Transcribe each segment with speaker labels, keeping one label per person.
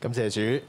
Speaker 1: 感謝主。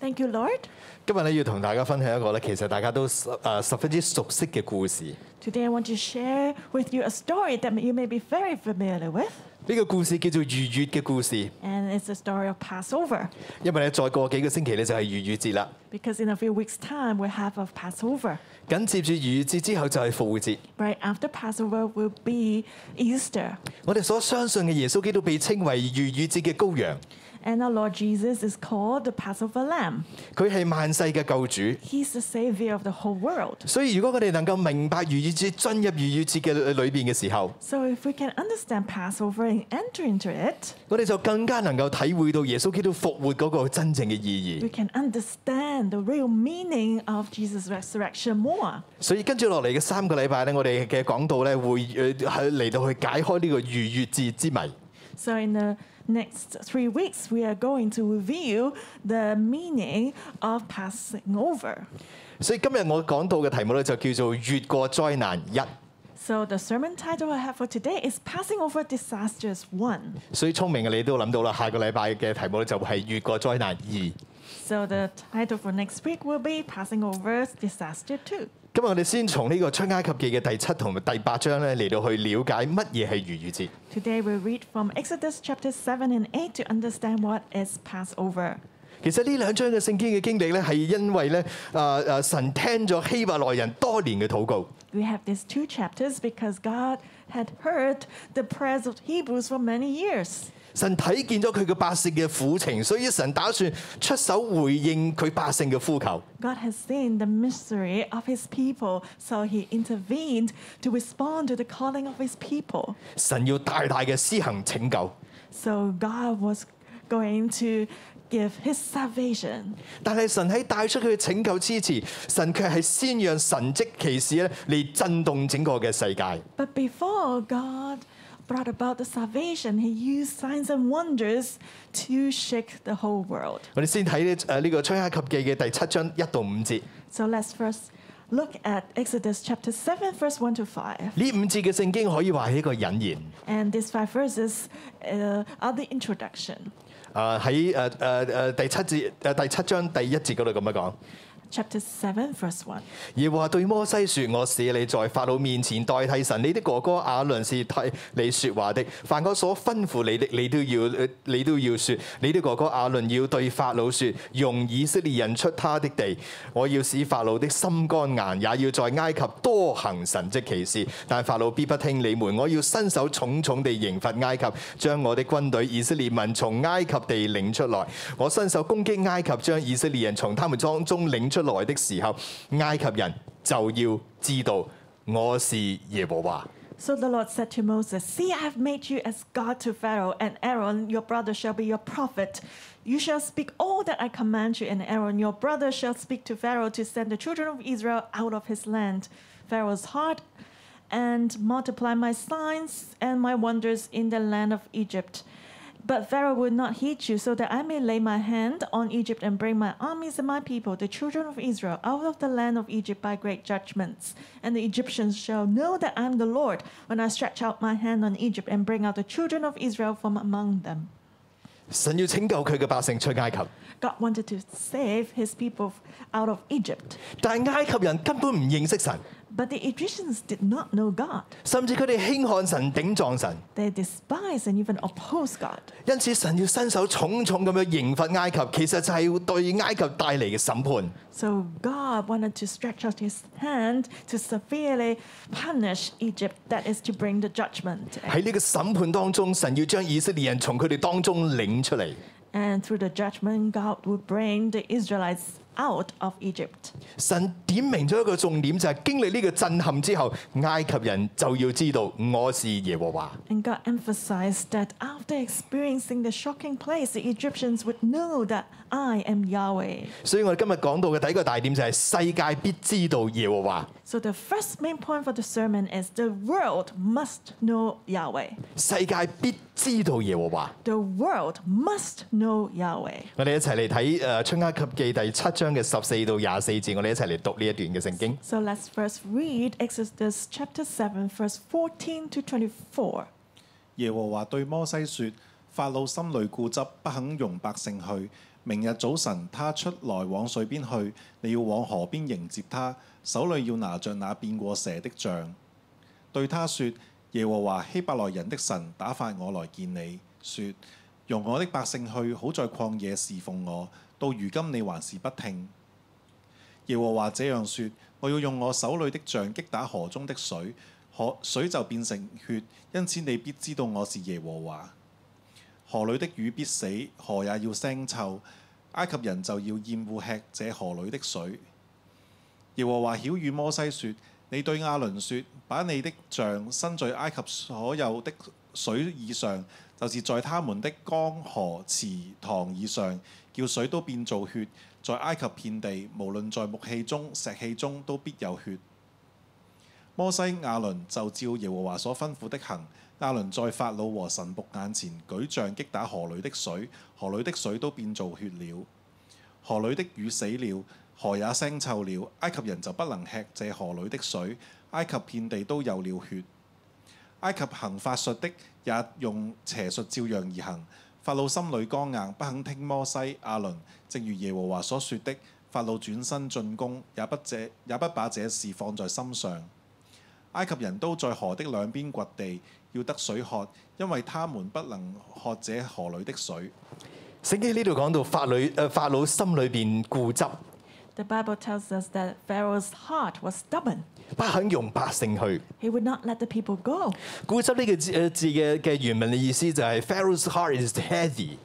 Speaker 2: Thank you, Lord.
Speaker 1: 今日咧要同大家分享一個咧，其實大家都十誒十分之熟悉嘅故事。呢、
Speaker 2: Today I want to share with you a story that you may be very familiar with,
Speaker 1: 個故事叫做逾越嘅故事，
Speaker 2: and it's the story of Passover.
Speaker 1: 因為咧再過幾個星期咧就係逾越節啦。
Speaker 2: Because in a few weeks' time, we have of Passover.
Speaker 1: 緊接住逾越節之後就係復活節。
Speaker 2: Right after Passover will be Easter.
Speaker 1: 我哋所相信嘅耶穌基督被稱為逾越節嘅羔羊，
Speaker 2: And our Lord Jesus is called the Passover Lamb.
Speaker 1: 佢係萬世嘅救主。
Speaker 2: He's the Savior of the whole world.
Speaker 1: 所以如果我哋能夠明白逾越節進入逾越節嘅裏邊嘅時候，
Speaker 2: So if we can understand Passover and enter into it,
Speaker 1: 我哋就更加能夠體會到耶穌基督復活嗰個真正嘅意
Speaker 2: we
Speaker 1: 義。
Speaker 2: can understand the real meaning of Jesus' resurrection more.
Speaker 1: 所以跟住落嚟嘅三個禮拜咧，我哋嘅講道咧會誒係嚟到去解開呢個逾越節之謎。
Speaker 2: So in the next three weeks, we are going to review the meaning of passing over.
Speaker 1: 所以今日我講到嘅題目咧就叫做越過災難一。
Speaker 2: So the sermon title I have for today is Passing Over Disasters 1.
Speaker 1: 所以聰明嘅你都諗到啦，下個禮拜嘅題目咧就係越過災難二。
Speaker 2: So the title for next week will be Passing Over Disaster 2.
Speaker 1: 今日我哋先從呢個出埃及記嘅第七同埋第八章咧嚟到去了解乜嘢係逾越節。
Speaker 2: Today we read from Exodus chapter 7 and 8 to understand what is Passover.
Speaker 1: 其實呢兩章嘅聖經嘅經歷咧，係因為咧，啊啊神聽咗希伯來人多年嘅禱告，
Speaker 2: We have these two chapters because God had heard the prayers of Hebrews for many years.
Speaker 1: 神睇見咗佢嘅百姓嘅苦情，所以神打算出手回應佢百姓嘅呼求。
Speaker 2: God has seen the misery of his people, so he intervened to respond to the calling of his people.
Speaker 1: 神要大大嘅施行拯救，
Speaker 2: So God was going to give his salvation.
Speaker 1: 但係神喺帶出佢嘅拯救之前，神卻係先讓神蹟奇事咧嚟震動整個嘅世界。
Speaker 2: But before God brought about the salvation, he used signs and wonders to shake the whole world.
Speaker 1: 我哋先睇呢呃誒呢個出埃及記嘅第七章一到五節，
Speaker 2: So let's first look at Exodus chapter 7, verse 1 to 5.
Speaker 1: 呢五節嘅聖經可以話係一個引言。
Speaker 2: And these five verses uh, are the introduction.
Speaker 1: 誒啊喺誒誒誒第七節誒、呃第七章第一節嗰度咁樣講，
Speaker 2: Chapter 7, verse 1.
Speaker 1: 耶和華對摩西説：我使你在法老面前代替神，你的哥哥亞倫是替你説話的。凡我所吩咐你的，你都要呃你都要説。你的哥哥亞倫要對法老説：容以色列人出他的地。我要使法老的心肝硬，也要在埃及多行神蹟奇事。但法老必不聽你們，我要伸手重重地刑罰埃及，將我的軍隊以色列民從埃及地領出來。我伸手攻擊埃及，將以色列人從他們當中領出來的時候，埃及人就要知道我是耶和華。
Speaker 2: So the Lord said to Moses, See, I have made you as God to Pharaoh, and Aaron your brother shall be your prophet. You shall speak all that I command you, and Aaron your brother shall speak to Pharaoh to send the children of Israel out of his land, Pharaoh's heart, and multiply my signs and my wonders in the land of Egypt. But Pharaoh will not heed you, so that I may lay my hand on Egypt and bring my armies and my people, the children of Israel, out of the land of Egypt by great judgments. And the Egyptians shall know that I am the Lord when I stretch out my hand on Egypt and bring out the children of Israel from among them.
Speaker 1: 神要拯救佢嘅百姓出埃及，
Speaker 2: God wanted to save his people out of Egypt,
Speaker 1: 但係埃及人根本唔認識神，
Speaker 2: but the Egyptians did not know God.
Speaker 1: 甚至佢哋輕看神、頂撞神，
Speaker 2: They despised and even opposed God.
Speaker 1: 因此神要伸手重重咁樣刑罰埃及，其實就係對埃及帶嚟嘅審判。
Speaker 2: So God wanted to stretch out his hand to severely punish Egypt, that is to bring the judgment.
Speaker 1: 喺呢個審判當中，神要將以色列人從佢哋當中領出嚟。
Speaker 2: And through the judgment, God would bring the Israelites out of Egypt.
Speaker 1: 神點明咗一個重點，就係、經歷呢個震撼之後，埃及人就要知道我是耶和華。
Speaker 2: And God emphasized that after experiencing the shocking place, the Egyptians would know that I am Yahweh.
Speaker 1: 所以我哋今日講到嘅第一個大點就係、世界必知道耶和華，
Speaker 2: So the first main point for the sermon is the world must know Yahweh.
Speaker 1: 世界必知道耶和華。
Speaker 2: The world must know Yahweh.
Speaker 1: 我哋一齊嚟睇誒出埃及記第七章嘅十四到廿四節，我哋一齊嚟讀呢一段嘅聖經。
Speaker 2: So let's first read Exodus chapter 7, verse 14 to 24.
Speaker 3: 耶和華對摩西說：法老心裏固執，不肯容百姓去。明日早晨，他出來往水邊去，你要往河邊迎接他，手裏要拿着那變過蛇的杖。對他說：耶和華希伯來人的神打發我來見你，說：容我的百姓去，好在曠野侍奉我。到如今你還是不聽。耶和華這樣說：我要用我手裏的杖擊打河中的水，河水就變成血，因此你必知道我是耶和華。河裏的魚必死，河也要腥臭，埃及人就要厭惡吃這河裏的水。耶和華曉諭摩西說：你對亞倫說，把你的杖伸在埃及所有的水以上，就是在他們的江河池塘以上，叫水都變做血。在埃及遍地，無論在木器中、石器中，都必有血。摩西亞倫就照耶和華所吩咐的行。亞倫在法老和神僕眼前舉杖擊打河裏的水，河裏的水都變做血了。河裏的魚死了，河也腥臭了，埃及人就不能吃這河裏的水，埃及遍地都有了血。埃及行法術的也用邪術照樣而行。法老心裏剛硬，不肯聽摩西亞倫，正如耶和華所說的。法老轉身進攻，也不這也不把這事放在心上。埃及人都在河的兩邊掘地，要得水喝，因為他們不能喝這河裏的水。
Speaker 1: 聖經呢度講到法老誒法老心裏邊固執，
Speaker 2: The Bible tells us that Pharaoh's heart was stubborn.
Speaker 1: 不肯容百姓去。
Speaker 2: He would not let the people go.
Speaker 1: 固執呢個字誒字嘅嘅原文嘅意思就係 Pharaoh's heart is heavy。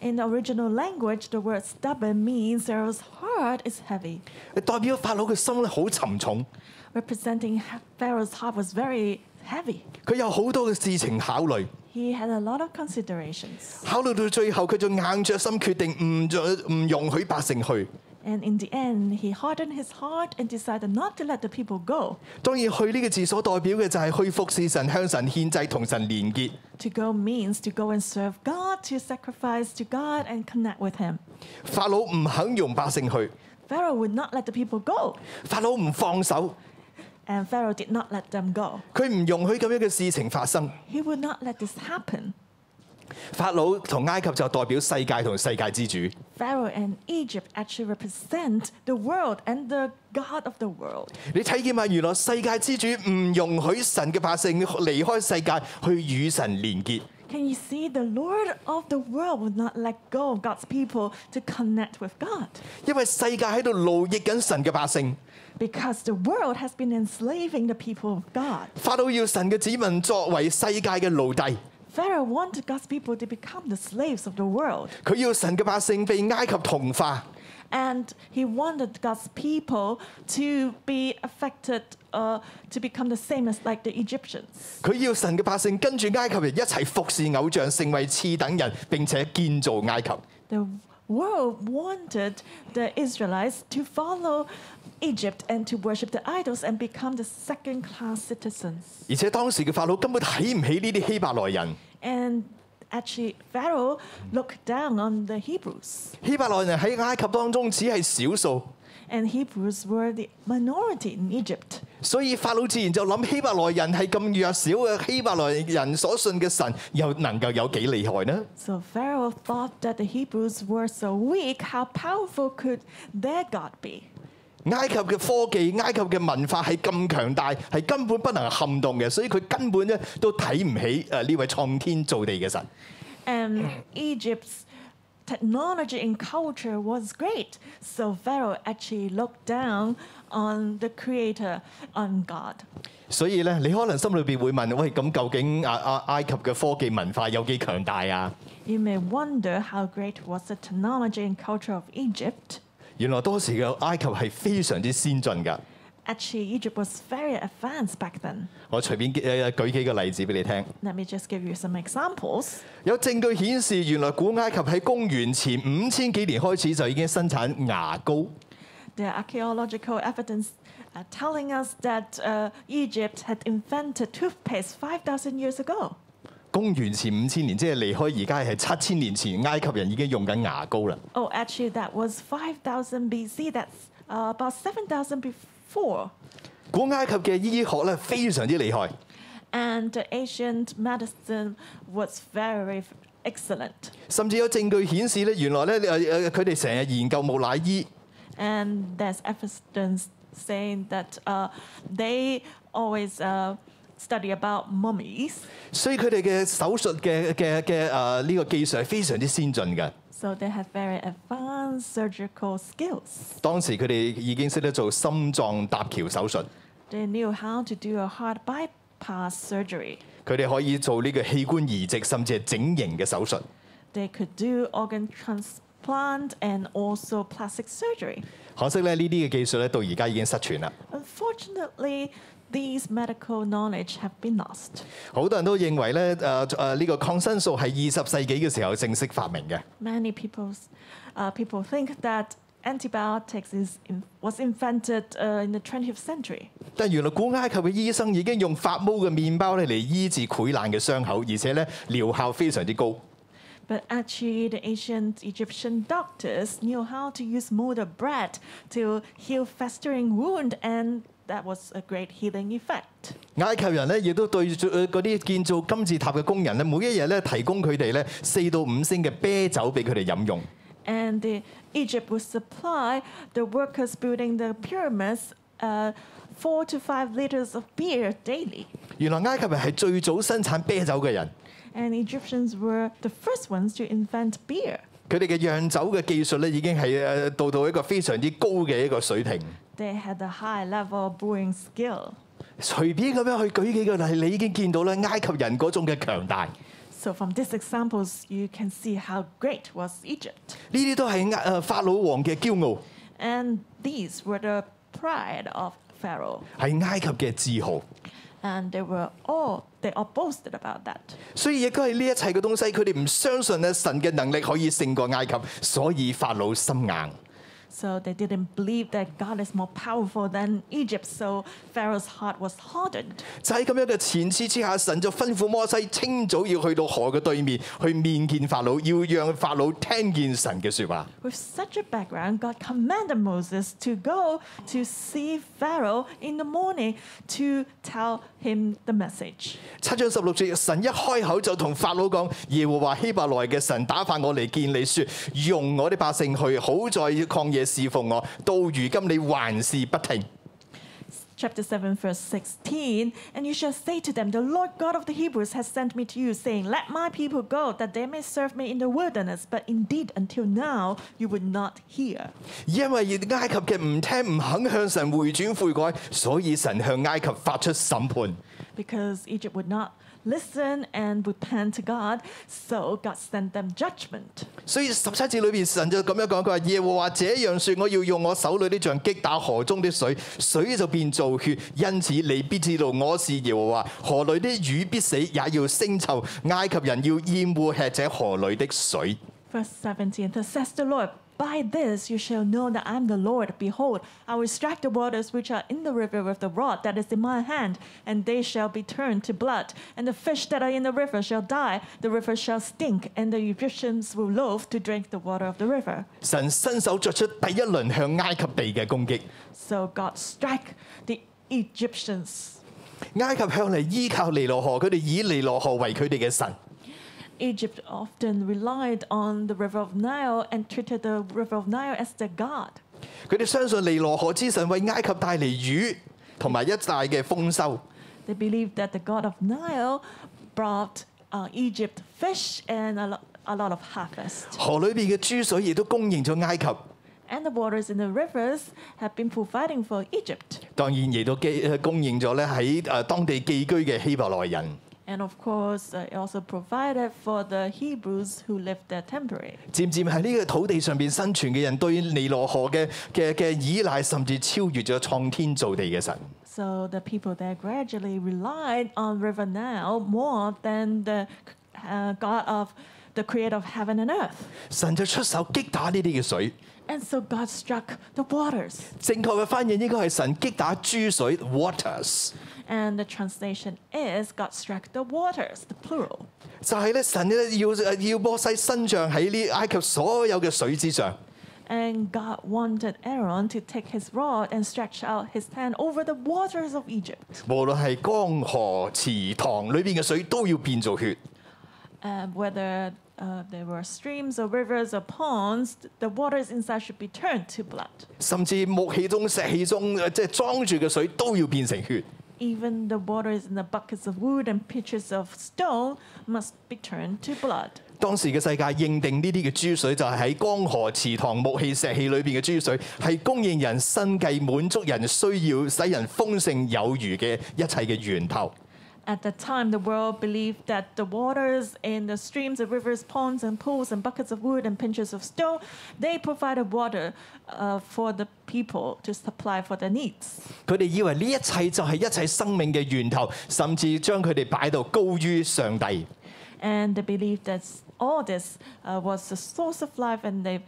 Speaker 2: In the original language, the word stubborn means Pharaoh's heart is heavy,
Speaker 1: 代表法老嘅心咧好沉重，
Speaker 2: representing ha- Pharaoh's heart was very heavy.
Speaker 1: 佢有好多嘅事情考慮，
Speaker 2: He had a lot of considerations.
Speaker 1: 考慮到最後佢就硬着心決定唔准唔容許百姓去。
Speaker 2: And in the end, he hardened his heart and decided not to let the people go.
Speaker 1: 當然去呢個字所代表嘅就係去服侍神、向神獻祭、同神連結。
Speaker 2: To go means to go and serve God, to sacrifice to God and connect with Him.
Speaker 1: 法老唔肯容百姓去，
Speaker 2: Pharaoh would not let the people go,
Speaker 1: 法老唔放手，
Speaker 2: and Pharaoh did not let them go.
Speaker 1: 佢唔容許咁樣嘅事情發生。
Speaker 2: He would not let this happen.
Speaker 1: 法老同埃及就代表世界同世界之主。
Speaker 2: Pharaoh and Egypt actually represent the world and the God of the world.
Speaker 1: 你睇見嘛？原來世界之主唔容許神嘅百姓離開世界去與神連結。
Speaker 2: Can you see the Lord of the world would not let go of God's people to connect with God?
Speaker 1: 因為世界喺度奴役緊神嘅百姓，
Speaker 2: Because the world has been enslaving the people of God.
Speaker 1: 法老要神嘅子民作為世界嘅奴隸，
Speaker 2: Pharaoh wanted God's people to become the slaves of the world,
Speaker 1: 佢要神嘅百姓被埃及同化，
Speaker 2: and he wanted God's people to be affected uh, to become the same as like the Egyptians.
Speaker 1: 佢要神嘅百姓跟住埃及人一齊服侍偶像，成為次等人，並且建造埃及。
Speaker 2: The world wanted the Israelites to follow Egypt and to worship the idols and become the second class citizens.
Speaker 1: 而且當時嘅法老根本睇唔起呢啲希伯來人，
Speaker 2: And actually, Pharaoh looked down on the Hebrews,
Speaker 1: 希伯來人喺埃及當中只係少數，
Speaker 2: and Hebrews were the minority in Egypt.
Speaker 1: 所以法老自然就諗希伯來人係咁弱小嘅希伯來人所信嘅神，又能夠有幾厲害呢？
Speaker 2: So Pharaoh thought that the Hebrews were so weak, how powerful could their God be?
Speaker 1: 埃及嘅科技、埃及嘅文化係咁強大，係根本不能撼動嘅，所以佢根本咧都睇唔起誒呢位創天造地嘅神。
Speaker 2: And Um, Egypt's technology and culture was great. So Pharaoh actually looked down on the Creator, on God.
Speaker 1: 所以咧，你可能心裏邊會問：喂，咁究竟啊啊埃及嘅科技文化有幾強大啊？
Speaker 2: You may wonder how great was the technology and culture of Egypt.
Speaker 1: 原來當時嘅埃及係非常之先進㗎。
Speaker 2: Actually, Egypt was very advanced back then.
Speaker 1: 我隨便誒舉幾個例子俾你聽。
Speaker 2: Let me just give you some examples.
Speaker 1: 有證據顯示，原來古埃及喺公元前五千幾年開始就已經生產牙膏。
Speaker 2: There are archaeological evidence uh, telling us that uh, Egypt had invented toothpaste 5,000 years ago.
Speaker 1: 公元前五千年，即係離開而家係七千年前，埃及人已經用緊牙膏啦。
Speaker 2: Oh, actually, that was 5,000 BC. That's uh, about 7,000 before.
Speaker 1: 古埃及嘅醫學咧非常之厲害，
Speaker 2: And the ancient medicine was very excellent.
Speaker 1: 甚至有證據顯示咧，原來咧誒誒佢哋成日研究木乃伊，
Speaker 2: And there's evidence saying that uh, they always uh, study about mummies,
Speaker 1: 所以佢哋嘅手術嘅嘅嘅誒呢個技術係非常之先進嘅。
Speaker 2: so they have very advanced surgical skills.
Speaker 1: 當時佢哋已經識得做心臟搭橋手術，
Speaker 2: They knew how to do a heart bypass surgery.
Speaker 1: 佢哋可以做呢個器官移植，甚至係整形嘅手術。
Speaker 2: They could do organ transplant and also plastic surgery.
Speaker 1: 可惜咧，呢啲嘅技術咧到而家已經失傳啦。
Speaker 2: Unfortunately, these medical knowledge have been lost.
Speaker 1: 好多人都認為咧誒誒呢個抗生素係二十世紀嘅時候正式發明嘅。
Speaker 2: Many people's, uh, people think that antibiotics is in, was invented uh, in the 20th century.
Speaker 1: 但原來古埃及嘅醫生已經用發毛嘅麵包咧嚟醫治潰爛嘅傷口，而且咧療效非常之高。
Speaker 2: But actually, the ancient Egyptian doctors knew how to use molded bread to heal festering wound, and that was a great healing effect.
Speaker 1: 埃及人咧亦都對住呃嗰啲建造金字塔嘅工人咧，每一日咧提供佢哋咧四到五升嘅啤酒俾佢哋飲用。
Speaker 2: And the, Egypt would supply the workers building the pyramids uh, four to five liters of beer daily.
Speaker 1: 原來埃及人係最早生產啤酒嘅人，
Speaker 2: And Egyptians were the first ones to invent beer.
Speaker 1: 佢哋嘅釀酒嘅技術咧已經係呃到到一個非常之高嘅一個水平。
Speaker 2: They had a high level of brewing skill.
Speaker 1: 隨便咁樣去舉幾個例，你已經見到咧埃及人嗰種嘅強大。呢
Speaker 2: So from these examples, you can see how great was Egypt.
Speaker 1: 啲都係埃誒法老王嘅驕傲，
Speaker 2: And these were the pride of Pharaoh.
Speaker 1: 係埃及嘅自豪。
Speaker 2: And they were all, they all boasted about that.
Speaker 1: 所以亦都係呢一切嘅東西，佢哋唔相信咧神嘅能力可以勝過埃及，所以法老心硬。
Speaker 2: So they didn't believe that God is more powerful than Egypt. So Pharaoh's heart was hardened.
Speaker 1: 就喺咁樣嘅前設之下，神就吩咐摩西清早要去到河嘅對面去面見法老，要讓法老聽見神嘅説話。
Speaker 2: With such a background, God commanded Moses to go to see Pharaoh in the morning to tell him the message.
Speaker 1: 七章十六節，神一開口就同法老講：耶和華希伯來嘅神打發我嚟見你，説用我啲百姓去，好在曠野侍奉我。到如今你還是不聽。
Speaker 2: Chapter 7, verse 16 And you shall say to them, The Lord God of the Hebrews has sent me to you, saying, Let my people go, that they may serve me in the wilderness. But indeed, until now, you would not hear.
Speaker 1: 因為埃及嘅唔聽唔肯向神回轉悔改，所以神向埃及發出審判。
Speaker 2: Because Egypt would not listen and repent to God, so God sent them judgment.
Speaker 1: 所以十七節裏邊神就咁樣講，佢話耶和華這樣説：我要用我手裏啲杖擊打河中啲水，水就變做血。因此你必知道我是耶和華。河裏啲魚必死，也要腥臭。埃及人要厭惡吃這河裏的水。
Speaker 2: Verse 17 Thus says the Lord, By this you shall know that I am the Lord. Behold, I will strike the waters which are in the river with the rod that is in my hand, and they shall be turned to blood. And the fish that are in the river shall die, the river shall stink, and the Egyptians will loathe to drink the water of the river.
Speaker 1: 神伸手作出第一輪向埃及地嘅攻擊。
Speaker 2: So God strike the Egyptians.
Speaker 1: 埃及向嚟依靠尼羅河，佢哋以尼羅河為佢哋嘅神。
Speaker 2: Egypt often relied on the river of Nile and treated the river of Nile as their god.
Speaker 1: 佢哋相信尼羅河之神為埃及帶嚟魚同埋一帶嘅豐收，
Speaker 2: They believed that the god of Nile brought uh, Egypt fish and a, lo- a lot of harvest.
Speaker 1: 河裏邊嘅珠水亦都供應咗埃及。
Speaker 2: And the waters in the rivers have been providing for Egypt.
Speaker 1: 當然亦都寄呃供應咗咧喺誒當地寄居嘅希伯來人。
Speaker 2: And of course, uh, it also provided for the Hebrews who lived there temporary.
Speaker 1: 漸漸喺呢個土地上邊生存嘅人對尼羅河嘅嘅嘅依賴，甚至超越咗創天造地嘅神。
Speaker 2: So the people there gradually relied on River Nile more than the uh, God of the creator of heaven and earth.
Speaker 1: 神就出手擊打呢啲嘅水。
Speaker 2: And so God struck the waters.
Speaker 1: 正確嘅翻譯應該係神擊打珠水 （waters），
Speaker 2: And the translation is God struck the waters, the plural.
Speaker 1: 就係咧神咧要呃要摩西伸像喺呢埃及所有嘅水之上。
Speaker 2: And God wanted Aaron to take his rod and stretch out his hand over the waters of Egypt,
Speaker 1: 無論係江河、池塘裏邊嘅水都要變做血。
Speaker 2: um, whether uh, there were streams or rivers or ponds, the waters inside should be turned to blood.
Speaker 1: 甚至木器中、石器中，呃即係裝住嘅水都要變成血。
Speaker 2: Even the waters in the buckets of wood and pitchers of stone must be turned to blood.
Speaker 1: 當時嘅世界認定呢啲嘅珠水就係喺江河、池塘、木器、石器裏邊嘅珠水，係供應人生計、滿足人需要、使人豐盛有餘嘅一切嘅源頭。
Speaker 2: At that time, the world believed that the waters in the streams, the rivers, ponds, and pools, and buckets of wood and pinches of stone, they provided water uh, for the people to supply for their needs.
Speaker 1: 佢哋以為呢一切就係一切生命嘅源頭，甚至將佢哋擺到高於上帝。
Speaker 2: And they believed that all this uh, was the source of life, and they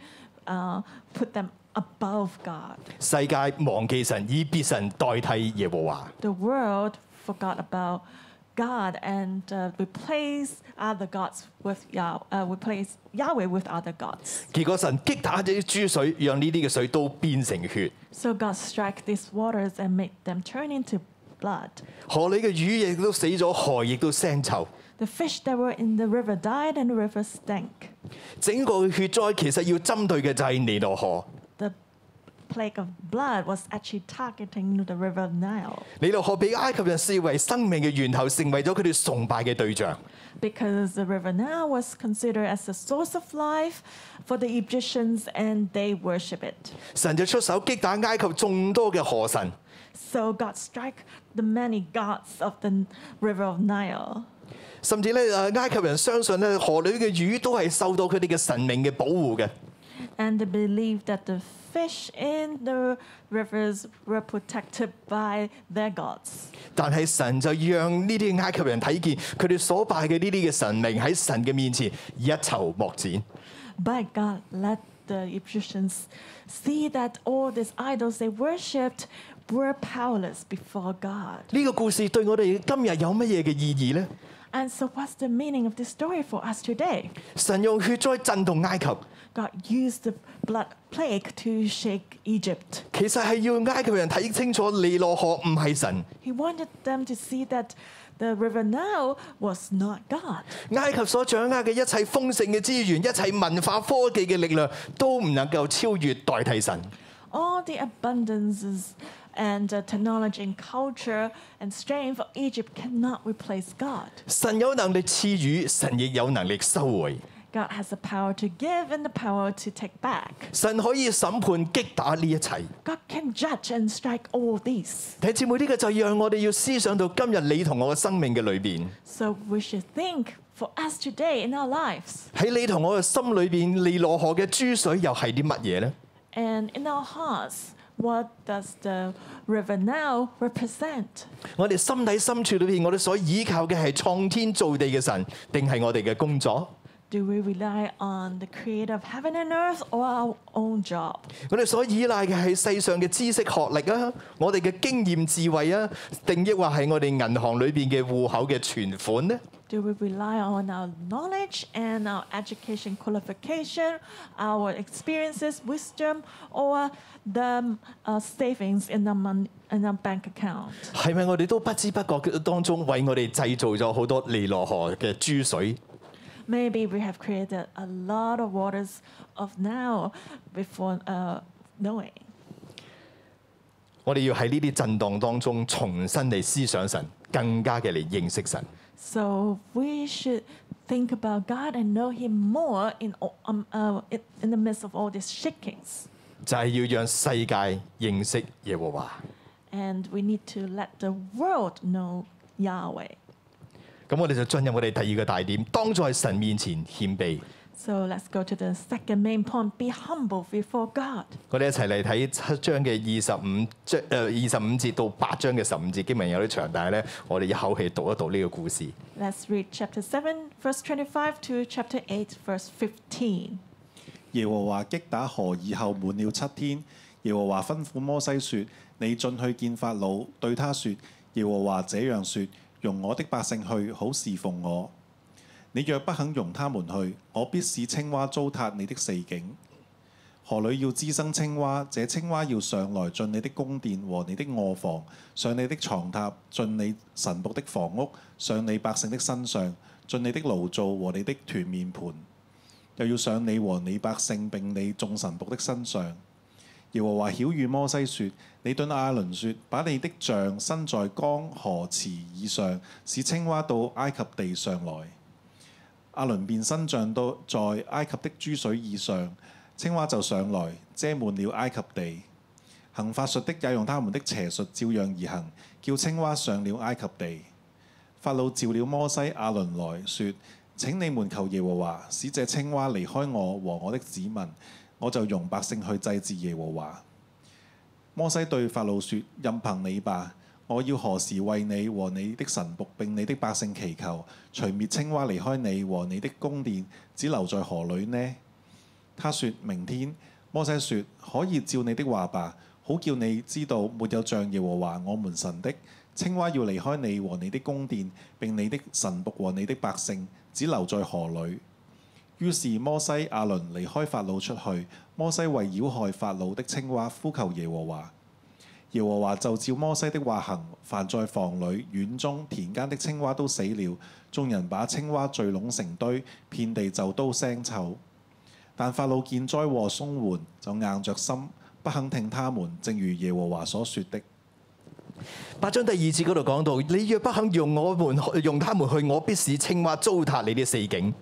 Speaker 2: uh, put them above God.
Speaker 1: 世界忘記神，以別神代替耶和華。
Speaker 2: The world forgot about God and uh, replaced other gods with Yah, uh, replaced Yahweh with other gods.
Speaker 1: 結果神擊打咗啲珠水，讓呢啲嘅水都變成血。
Speaker 2: So God struck these waters and made them turn into blood.
Speaker 1: 河裏嘅魚亦都死咗，河亦都腥臭。
Speaker 2: The fish that were in the river died and the river stank.
Speaker 1: 整個嘅血災其實要針對嘅就係尼羅河。
Speaker 2: The plague of blood was actually targeting the river Nile
Speaker 1: 尼羅河被埃及人視為生命嘅源頭，成為咗佢哋崇拜嘅對象。
Speaker 2: because the river Nile was considered as the source of life for the Egyptians and they worship it.
Speaker 1: 神就出手擊打埃及眾多嘅河神，
Speaker 2: So God struck the many gods of the river of Nile.
Speaker 1: 甚至咧誒埃及人相信咧河裏嘅魚都係受到佢哋嘅神明嘅保護嘅。
Speaker 2: and they believed that the fish in the rivers were protected by their gods.
Speaker 1: 但係神就讓呢啲埃及人睇見佢哋所拜嘅呢啲嘅神明喺神嘅面前一籌莫展。
Speaker 2: But God let the Egyptians see that all these idols they worshipped were powerless before God.
Speaker 1: 呢個故事對我哋今日有乜嘢嘅意義呢？
Speaker 2: And so, what's the meaning of this story for us today?
Speaker 1: 神用血災震動埃及，
Speaker 2: God used the blood plague to shake Egypt.
Speaker 1: 其實係要埃及人睇清楚尼羅河唔係神，
Speaker 2: He wanted them to see that the river Nile was not God.
Speaker 1: 埃及所掌握嘅一切豐盛嘅資源、一切文化科技嘅力量，都唔能夠超越代替神。
Speaker 2: all the abundances and uh, technology and culture and strength of Egypt cannot replace God.
Speaker 1: 神有能力賜予，神亦有能力收回。
Speaker 2: God has the power to give and the power to take back.
Speaker 1: 神可以審判擊打呢一切。
Speaker 2: God can judge and strike all these.
Speaker 1: 弟兄姊妹，呢、個就讓我哋要思想到今日你同我嘅生命嘅裏邊，
Speaker 2: So we should think for us today in our lives
Speaker 1: 喺你同我嘅心裏邊，尼羅河嘅珠水又係啲乜嘢呢？
Speaker 2: and in our hearts. What does the river now represent?
Speaker 1: 我哋心底深處裏邊，我哋所依靠嘅係創天造地嘅神，定係我哋嘅工作？
Speaker 2: Do we rely on the creator of heaven and earth or our own job?
Speaker 1: 我哋所依賴嘅係世上嘅知識學歷啊，我哋嘅經驗智慧啊，定抑或係我哋銀行裏邊嘅户口嘅存款呢？
Speaker 2: Do we rely on our knowledge and our education qualification, our experiences, wisdom, or the uh, savings in our, mon- in our bank account?
Speaker 1: 係咪我哋都不知不覺當中為我哋製造咗好多尼羅河嘅珠水？
Speaker 2: Maybe we have created a lot of waters of now before uh, knowing.
Speaker 1: 我哋要喺呢啲震盪當中重新嚟思想神，更加嘅嚟認識神。
Speaker 2: So we should think about God and know Him more in, all- um, uh, in- in the midst of all these shakings.
Speaker 1: 就係要讓世界認識耶和華。
Speaker 2: And we need to let the world know Yahweh.
Speaker 1: 咁我哋就進入我哋第二個大點，當在神面前獻備。
Speaker 2: So let's go to the second main point be humble before God.
Speaker 1: 我哋一齊嚟睇七章嘅二十五章，誒呃二十五節到八章嘅十五節經文有啲長，但係咧我哋一口氣讀一讀呢個故事。
Speaker 2: Let's read chapter 7, verse 25 to chapter 8, verse 15.
Speaker 3: 耶和華擊打河以後滿了七天，耶和華吩咐摩西說：你進去見法老，對他說：耶和華這樣說：容我的百姓去，好侍奉我。你若不肯容他們去，我必使青蛙糟蹋你的四境。河裏要滋生青蛙，這青蛙要上來進你的宮殿和你的卧房，上你的床榻，進你神僕的房屋，上你百姓的身上，進你的爐灶和你的團面盤。又要上你和你百姓並你眾臣僕的身上。耶和華曉諭摩西說：你對亞倫說，把你的杖伸在江河池以上，使青蛙到埃及地上來。亞倫便伸杖到在埃及的諸水以上，青蛙就上來，遮滿了埃及地。行法術的也用他們的邪術照樣而行，叫青蛙上了埃及地。法老召了摩西、亞倫來說：請你們求耶和華，使這青蛙離開我和我的子民，我就容百姓去祭祀耶和華。摩西對法老說：任憑你吧，我要何時為你和你的神僕並你的百姓祈求，除滅青蛙離開你和你的宮殿，只留在河裏呢？他說：明天。摩西說：可以照你的話吧，好叫你知道沒有像耶和華我們神的。青蛙要離開你和你的宮殿，並你的神僕和你的百姓，只留在河裏。於是摩西、亞倫離開法老出去。摩西為擾害法老的青蛙呼求耶和華，耶和華就照摩西的話行。凡在房裏、院中、田間的青蛙都死了。眾人把青蛙聚攏成堆，遍地就都腥臭。但法老見災禍鬆緩，就硬着心，不肯聽他們，正如耶和華所說的。
Speaker 1: 八章第二節嗰度講到，你若不肯用我們用他們去，我必使青蛙糟蹋你的四境。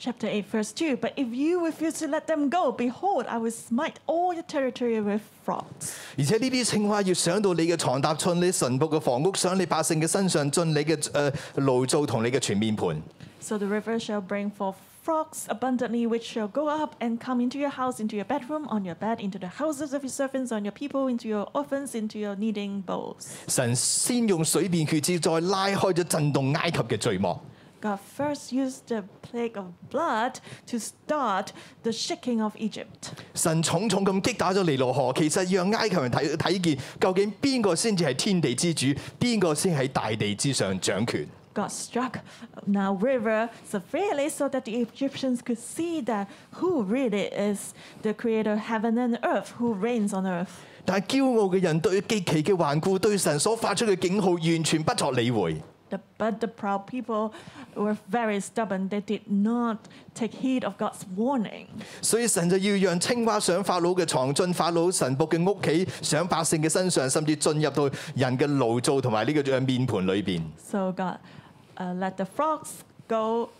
Speaker 2: Chapter 8, verse 2 But if you refuse to let them go, behold, I will smite all your territory with frogs.
Speaker 1: 而且呢啲青蛙要上到你嘅床榻，進你神僕嘅房屋，上你百姓嘅身上，進你嘅誒爐灶同你嘅全面盤。
Speaker 2: So the river shall bring forth frogs abundantly, which shall go up and come into your house, into your bedroom, on your bed, into the houses of your servants, on your people, into your orphans, into your kneading bowls.
Speaker 1: 神先用水變血之再拉開咗震動埃及嘅序幕。
Speaker 2: God first used the plague of blood to start the shaking of Egypt.
Speaker 1: 神重重咁擊打咗尼羅河，其實讓埃及人睇睇見究竟邊個先至係天地之主，邊個先喺大地之上掌權。
Speaker 2: God struck Nile River severely so that the Egyptians could see that who really is the creator of heaven and earth, who reigns on earth.
Speaker 1: 但係驕傲嘅人對極其嘅頑固，對神所發出嘅警號完全不作理會。
Speaker 2: The, but the proud people were very stubborn. They did not take heed of God's warning.
Speaker 1: 所以神就要讓青蛙上法老嘅床，進法老神僕嘅屋企，上百姓嘅身上，甚至進入到人嘅爐灶同埋呢個呃面盤裏邊。
Speaker 2: So God uh, let the frogs go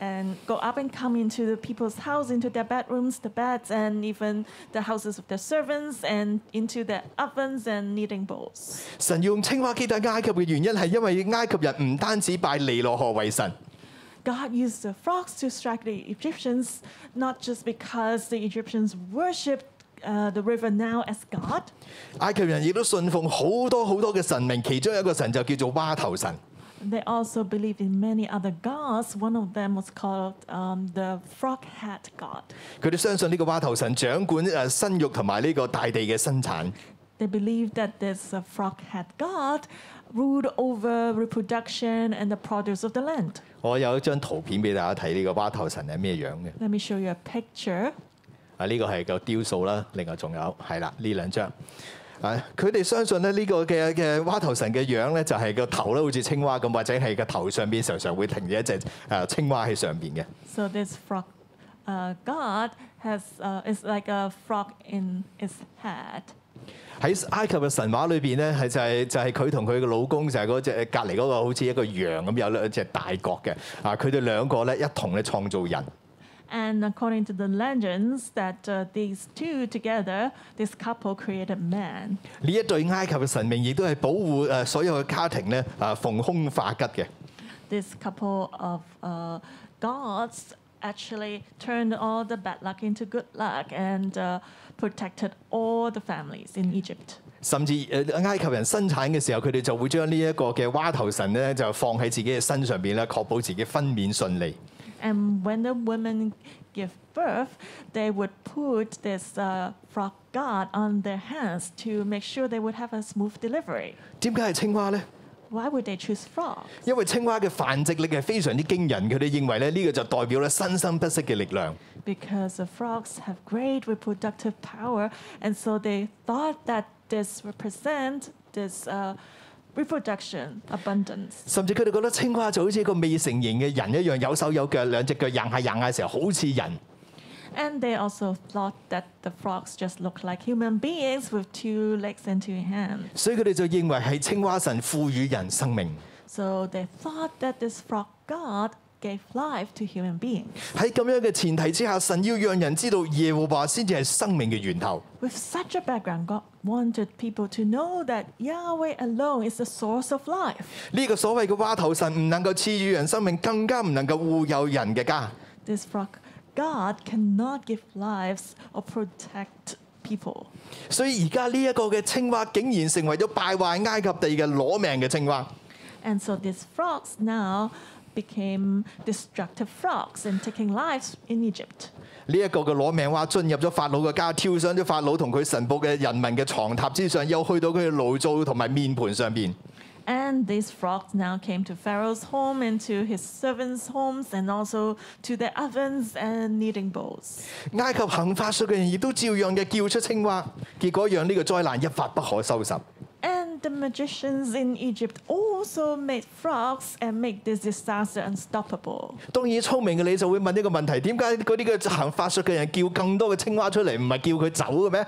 Speaker 2: and go up and come into the people's house, into their bedrooms, the beds, and even the houses of their servants, and into their ovens and kneading bowls.
Speaker 1: 神要用青蛙擊打埃及嘅原因係因為埃及人唔單止拜尼羅河為神。
Speaker 2: God used the frogs to strike the Egyptians, not just because the Egyptians worshipped uh, the river now as God.
Speaker 1: 埃及人亦都信奉好多好多嘅神明，其中一個神就叫做蛙頭神。
Speaker 2: They also believed in many other gods. One of them was called um, the frog hat god.
Speaker 1: 佢哋相信呢個蛙頭神掌管誒生育同埋呢個大地嘅生產。
Speaker 2: They believed that this uh, frog hat god ruled over reproduction and the produce of the land.
Speaker 1: 我有一張圖片俾大家睇，呢個蛙頭神係咩樣嘅？
Speaker 2: Let me show you a picture.
Speaker 1: 啊，呢個係個雕塑啦，另外仲有係啦呢兩張。啊！佢哋相信咧呢個嘅嘅蛙頭神嘅樣咧，就係個頭咧好似青蛙咁，或者係個頭上邊常常會停住一隻誒青蛙喺上邊嘅。
Speaker 2: So this frog uh, god has uh, is like a frog in its hat.
Speaker 1: 喺埃及嘅神話裏邊咧，係就係、就係佢同佢嘅老公就係嗰隻呃隔離嗰個好似一個羊咁有兩隻大角嘅啊！佢哋兩個咧一同咧創造人。
Speaker 2: And according to the legends, that uh, these two together, this couple created man.
Speaker 1: 呢一對埃及嘅神明亦都係保護誒所有嘅家庭咧啊逢凶化吉嘅。
Speaker 2: This couple of uh, gods actually turned all the bad luck into good luck and uh, protected all the families in Egypt.
Speaker 1: 甚至誒埃及人生產嘅時候，佢哋就會將呢一個嘅蛙頭神咧就放喺自己嘅身上邊咧，確保自己分娩順利。
Speaker 2: And when the women give birth, they would put this uh, frog god on their hands to make sure they would have a smooth delivery.
Speaker 1: 點解係青蛙呢？
Speaker 2: Why would they choose frogs?
Speaker 1: 因為青蛙嘅繁殖力係非常之驚人，佢哋認為咧呢個就代表咧生生不息嘅力量。
Speaker 2: Because the frogs have great reproductive power, and so they thought that this represent this uh, reproduction abundance.
Speaker 1: 甚至佢哋覺得青蛙就好似一個未成形嘅人一樣，有手有腳，兩隻腳，硬下硬下嘅時候好似人。
Speaker 2: And they also thought that the frogs just looked like human beings with two legs and two hands.
Speaker 1: 所以佢哋就認為係青蛙神賦予人生命。
Speaker 2: So they thought that this frog god gave life to human beings.
Speaker 1: 喺咁樣嘅前提之下，神要讓人知道耶和華先至係生命嘅源頭。
Speaker 2: With such a background, God wanted people to know that Yahweh alone is the source of life.
Speaker 1: 呢、個所謂嘅蛙頭神唔能夠賜予人生命，更加唔能夠護佑人嘅家。
Speaker 2: This frog God cannot give lives or protect people.
Speaker 1: 所以而家呢一個嘅青蛙，竟然成為咗敗壞埃及地嘅攞命嘅青蛙。
Speaker 2: And so these frogs now became destructive frogs and taking lives in Egypt.
Speaker 1: 呢一個嘅攞命蛙進入咗法老嘅家，跳上咗法老同佢神僕嘅人民嘅床榻之上，又去到佢嘅爐灶同埋面盤上邊。
Speaker 2: And these frogs now came to Pharaoh's home and to his servants' homes and also to their ovens and kneading bowls.
Speaker 1: 埃及行法術嘅人亦都照樣嘅叫出青蛙，結果讓呢個災難一發不可收拾。
Speaker 2: And the magicians in Egypt also made frogs and made this disaster unstoppable.
Speaker 1: 當然聰明嘅你就會問呢個問題：點解嗰啲嘅行法術嘅人叫更多嘅青蛙出嚟，唔係叫佢走嘅咩？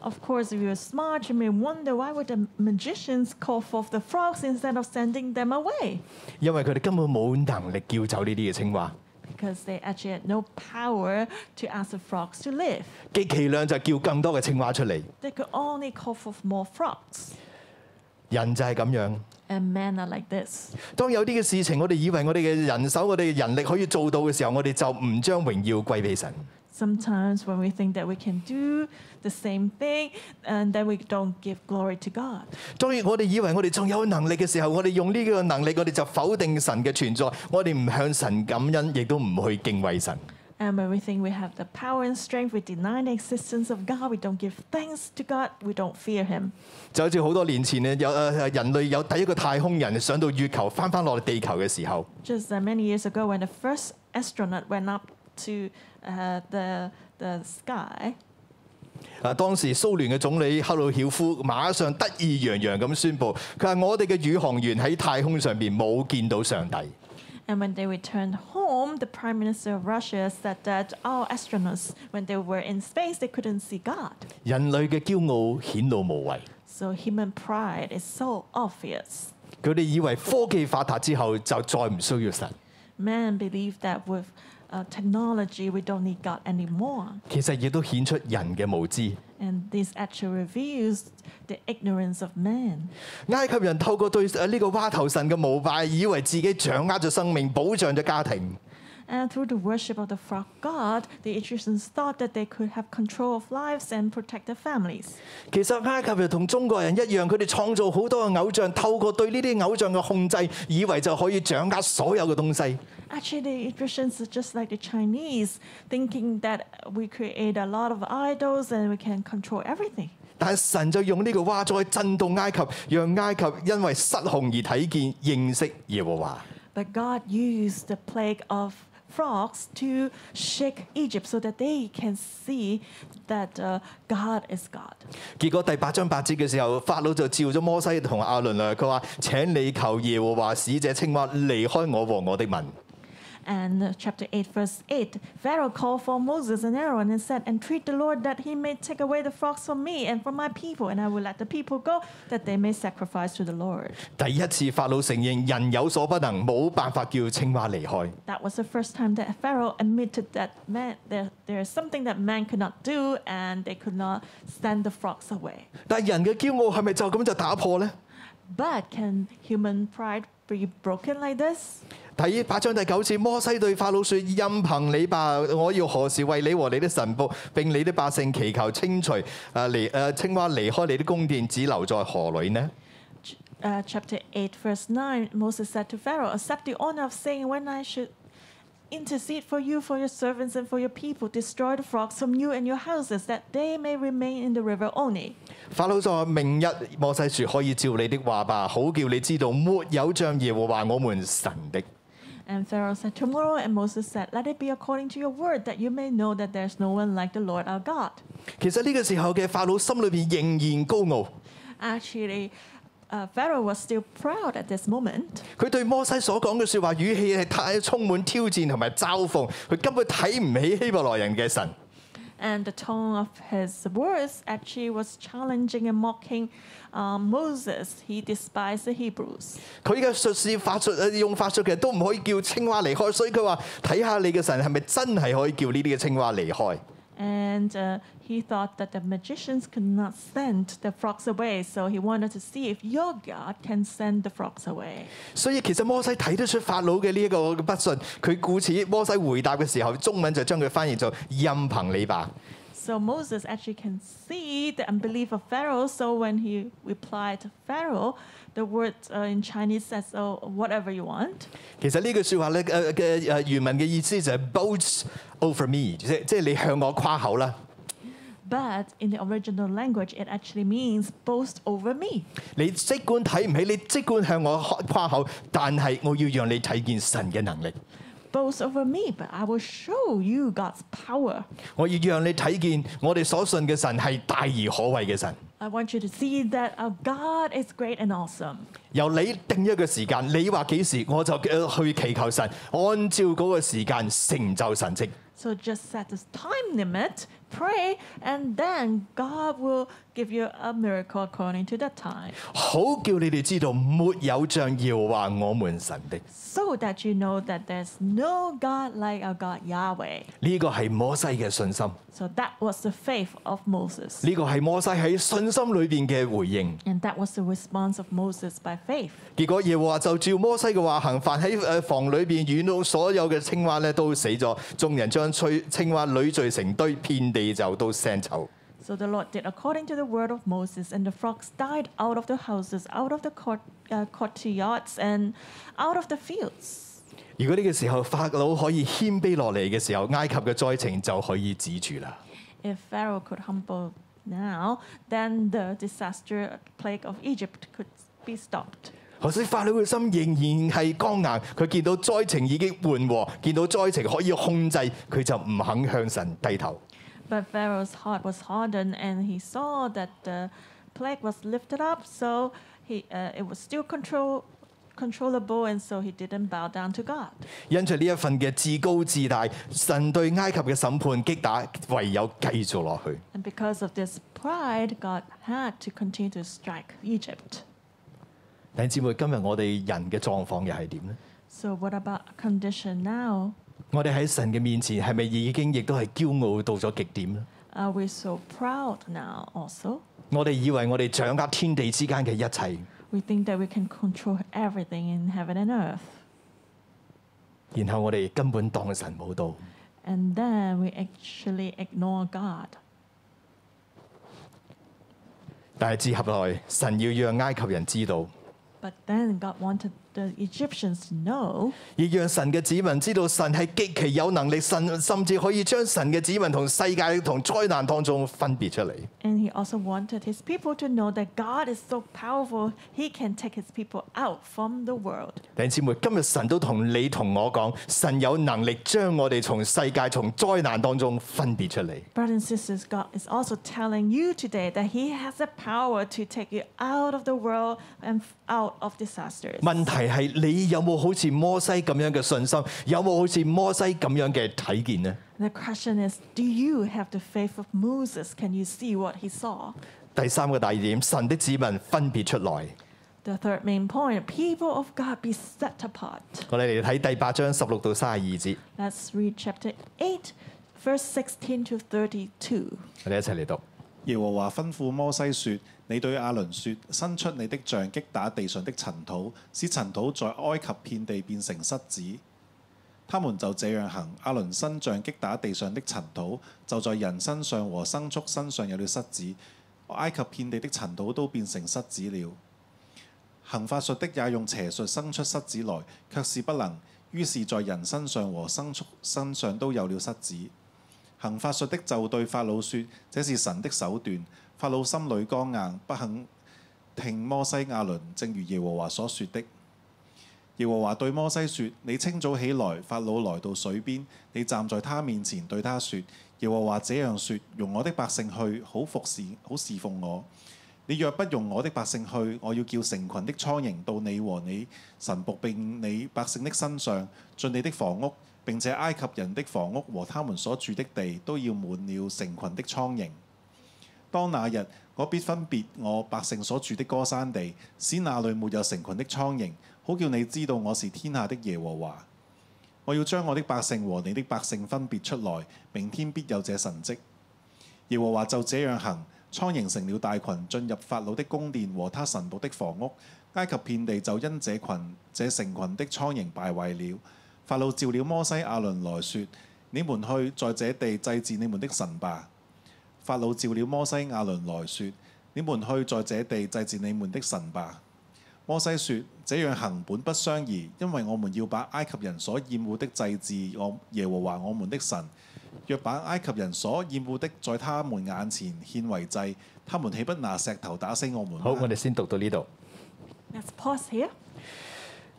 Speaker 2: Of course, if you're smart, you may wonder why would the magicians call forth the frogs instead of sending them away?
Speaker 1: 因為佢哋根本冇能力叫走呢啲嘅青蛙。
Speaker 2: Because they actually had no power to ask the frogs to live.
Speaker 1: 極其量就叫更多嘅青蛙出嚟。
Speaker 2: They could only call forth more frogs.
Speaker 1: 人就係咁樣。
Speaker 2: And men are like this.
Speaker 1: 當有啲嘅事情，我哋以為我哋嘅人手、我哋嘅人力可以做到嘅時候，我哋就唔將榮耀歸俾神。
Speaker 2: Sometimes when we think that we can do the same thing, and then we don't give glory to God.
Speaker 1: 當然，我哋以為我哋仲有能力嘅時候，我哋用呢個能力，我哋就否定神嘅存在，我哋唔向神感恩，亦都唔去敬畏神。
Speaker 2: And when we think we have the power and strength, we deny the existence of God, we don't give thanks to God, we don't fear Him.
Speaker 1: 就好似好多年前咧，有呃人類有第一個太空人上到月球，翻翻落地球嘅時候，
Speaker 2: Just uh, many years ago, when the first astronaut went up to uh, the, the sky,
Speaker 1: 啊當時蘇聯嘅總理赫魯曉夫馬上得意洋洋咁宣布，佢話我哋嘅宇航員喺太空上邊冇見到上帝。
Speaker 2: and when they returned home, the Prime Minister of Russia said that our astronauts, when they were in space, they couldn't see God.
Speaker 1: 人類嘅驕傲顯露無遺，
Speaker 2: So human pride is so obvious.
Speaker 1: 佢哋以為科技發達之後就再唔需要神。
Speaker 2: Men believe that with uh, technology, we don't need God anymore.
Speaker 1: 其實亦都顯出人嘅無知。
Speaker 2: And this actually reveals the ignorance of man.
Speaker 1: 埃及人透過對呃呢個蛙頭神嘅膜拜，以為自己掌握咗生命，保障咗家庭。
Speaker 2: And through the worship of the frog god, the Egyptians thought that they could have control of lives and protect their families.
Speaker 1: 其實埃及人同中國人一樣，佢哋創造好多嘅偶像，透過對呢啲偶像嘅控制，以為就可以掌握所有嘅東西。
Speaker 2: Actually, the Egyptians are just like the Chinese, thinking that we create a lot of idols and we can control everything.
Speaker 1: 但係神就用呢個蛙災震動埃及，讓埃及因為失控而睇見認識耶和華。
Speaker 2: But God used the plague of frogs to shake Egypt so that they can see that uh, God is God.
Speaker 1: 結果第八章八節嘅時候，法老就召咗摩西同亞倫啊嚟，佢話：請你求耶和華使這青蛙離開我和我的民。
Speaker 2: And uh, chapter 8, verse 8 Pharaoh called for Moses and Aaron and said, Entreat the Lord that he may take away the frogs from me and from my people, and I will let the people go that they may sacrifice to the Lord.
Speaker 1: 第一次法老承認人有所不能，冇辦法叫青蛙離開。
Speaker 2: That was the first time that Pharaoh admitted that man, there, there is something that man could not do, and they could not send the frogs away.
Speaker 1: 但係人嘅驕傲係咪就咁就打破呢？
Speaker 2: But can human pride be broken like this?
Speaker 1: 第八章第九節，摩西對法老說：任憑你吧，我要何時為你和你的神仆並你的百姓祈求清除誒離誒青蛙離開你的宮殿，只留在河裏呢？
Speaker 2: Ch- uh, chapter 8, verse 9, Moses said to Pharaoh, Accept the honor of saying when I should intercede for you, for your servants, and for your people, destroy the frogs from you and your houses, that they may remain in the river only.
Speaker 1: 法老就話：明日摩西説可以照你的話吧，好叫你知道沒有像耶和華我們神的。
Speaker 2: And Pharaoh said, Tomorrow, and Moses said, Let it be according to your word, that you may know that there's no one like the Lord our God.
Speaker 1: 其實呢個時候嘅法老心裏邊仍然高傲。
Speaker 2: Actually, uh, Pharaoh was still proud at this moment.
Speaker 1: 佢對摩西所講嘅説話語氣係太充滿挑戰同埋嘲諷，佢根本睇唔起希伯來人嘅神。
Speaker 2: And the tone of his words actually was challenging and mocking uh, Moses. He despised the Hebrews.
Speaker 1: 佢嘅術士法術呃用法術嘅都唔可以叫青蛙離開，所以佢話睇下你嘅神係咪真係可以叫呢啲嘅青蛙離開。
Speaker 2: And uh, he thought that the magicians could not send the frogs away, so he wanted to see if your God can send the frogs away.
Speaker 1: 所以其實摩西睇得出法老嘅呢一個不信，佢故此摩西回答嘅時候，中文就將佢翻譯做任憑你吧。
Speaker 2: So Moses actually can see the unbelief of Pharaoh. So when he replied Pharaoh, the word uh, in Chinese says, "Oh, whatever you want."
Speaker 1: 其實呢句呃説話咧誒嘅誒原文嘅意思就係 boast over me，即係即係你向我誇口啦，
Speaker 2: But in the original language, it actually means boast over me.
Speaker 1: 你即管睇唔起，你即管向我開誇口，但係我要讓你睇見神嘅能力，
Speaker 2: Boast over me, but I will show you God's power.
Speaker 1: 我要讓你睇見我哋所信嘅神係大而可畏嘅神。
Speaker 2: I want you to see that our God is great and awesome.
Speaker 1: 由你定一個時間，你話幾時我就呃去祈求神，按照嗰個時間成就神蹟。
Speaker 2: So just set this time limit, pray, and then God will give you a miracle according to that time,
Speaker 1: 好叫你哋知道，沒有像耶和華我們神的。
Speaker 2: so that you know that there's no God like our God Yahweh.
Speaker 1: 呢個係摩西嘅信心，
Speaker 2: So that was the faith of Moses,
Speaker 1: 呢個係摩西喺信心裏邊嘅回應。
Speaker 2: and that was the response of Moses by faith.
Speaker 1: 結果耶和華就照摩西嘅話行，凡喺誒房裏邊遇到所有嘅青蛙咧都死咗，眾人將吹青蛙累聚成堆，遍地就都腥臭。
Speaker 2: So the Lord did according to the word of Moses, and the frogs died out of the houses, out of the court, uh, courtyards, and out of the fields.
Speaker 1: 如果呢個時候法老可以謙卑落嚟嘅時候，埃及嘅災情就可以止住啦。
Speaker 2: If Pharaoh could humble now, then the disaster plague of Egypt could be stopped.
Speaker 1: 可惜法老嘅心仍然係剛硬，佢見到災情已經緩和，見到災情可以控制，佢就唔肯向神低頭。
Speaker 2: But Pharaoh's heart was hardened, and he saw that the plague was lifted up, so he, uh, it was still control, controllable, and so he didn't bow down to God.
Speaker 1: 因着呢一份嘅自高自大，神對埃及嘅審判擊打，唯有繼續落去。
Speaker 2: And because of this pride, God had to continue to strike Egypt.
Speaker 1: 弟兄姊妹，今日我哋人嘅狀況又係點呢？
Speaker 2: So what about our condition now?
Speaker 1: 我哋喺神嘅面前係咪已經亦都係驕傲到咗極點呢？
Speaker 2: Are we so proud now also?
Speaker 1: 我哋以為我哋掌握天地之間嘅一切，
Speaker 2: We think that we can control everything in heaven and earth.
Speaker 1: 然後我哋根本當神冇到。
Speaker 2: And then we actually ignore God.
Speaker 1: 但係之後來，神要讓埃及人知道，
Speaker 2: But then God wanted the Egyptians to know
Speaker 1: 亦讓神嘅子民知道神係極其有能力，神甚至可以將神嘅子民同世界同災難當中分別出嚟。
Speaker 2: And he also wanted his people to know that God is so powerful, he can take his people out from the world.
Speaker 1: 弟兄姊妹，今日神都同你同我講，神有能力將我哋從世界從災難當中分別出嚟。
Speaker 2: Brothers and sisters, God is also telling you today that he has the power to take you out of the world and f- out of disasters.
Speaker 1: 問題係你有冇好似摩西咁樣嘅信心？有冇好似摩西咁樣嘅睇見呢？
Speaker 2: The question is do you have the faith of Moses? Can you see what he saw?
Speaker 1: 第三個大點，神的子民分別出來。
Speaker 2: The third main point people of God be set apart.
Speaker 1: 我哋嚟睇第八章十六到三十二節，
Speaker 2: Let's read chapter 8, verse 16 to 32.
Speaker 1: 我哋一齊嚟讀。
Speaker 3: 耶和華吩咐摩西說：你對亞倫說，伸出你的杖擊打地上的塵土，使塵土在埃及遍地變成虱子。他們就這樣行，亞倫伸杖擊打地上的塵土，就在人身上和牲畜身上有了虱子。埃及遍地的塵土都變成虱子了。行法術的也用邪術生出虱子來，卻是不能。於是，在人身上和牲畜身上都有了虱子。行法術的就對法老說：這是神的手段。法老心裏剛硬，不肯聽摩西亞倫，正如耶和華所說的。耶和華對摩西說：你清早起來，法老來到水邊，你站在他面前對他說：耶和華這樣說：容我的百姓去，好服侍，好侍奉我。你若不容我的百姓去，我要叫成群的蒼蠅到你和你神仆並你百姓的身上，進你的房屋，並且埃及人的房屋和他們所住的地都要滿了成群的蒼蠅。當那日，我必分別我百姓所住的歌山地，使那裏沒有成群的蒼蠅，好叫你知道我是天下的耶和華。我要將我的百姓和你的百姓分別出來，明天必有這神蹟。耶和華就這樣行，蒼蠅成了大群，進入法老的宮殿和他神僕的房屋。埃及遍地就因這群這成群的蒼蠅敗壞了。法老召了摩西亞倫來說：你們去在這地祭祀你們的神吧。法老召了摩西亞倫來說：你們去在這地祭祀你們的神吧。摩西說：這樣行本不相宜，因為我們要把埃及人所厭惡的祭祀我耶和華我們的神。若把埃及人所厭惡的在他們眼前獻為祭，他們豈不拿石頭打死我們嗎？
Speaker 1: 好，我哋先讀到呢度。
Speaker 2: Let's pause here.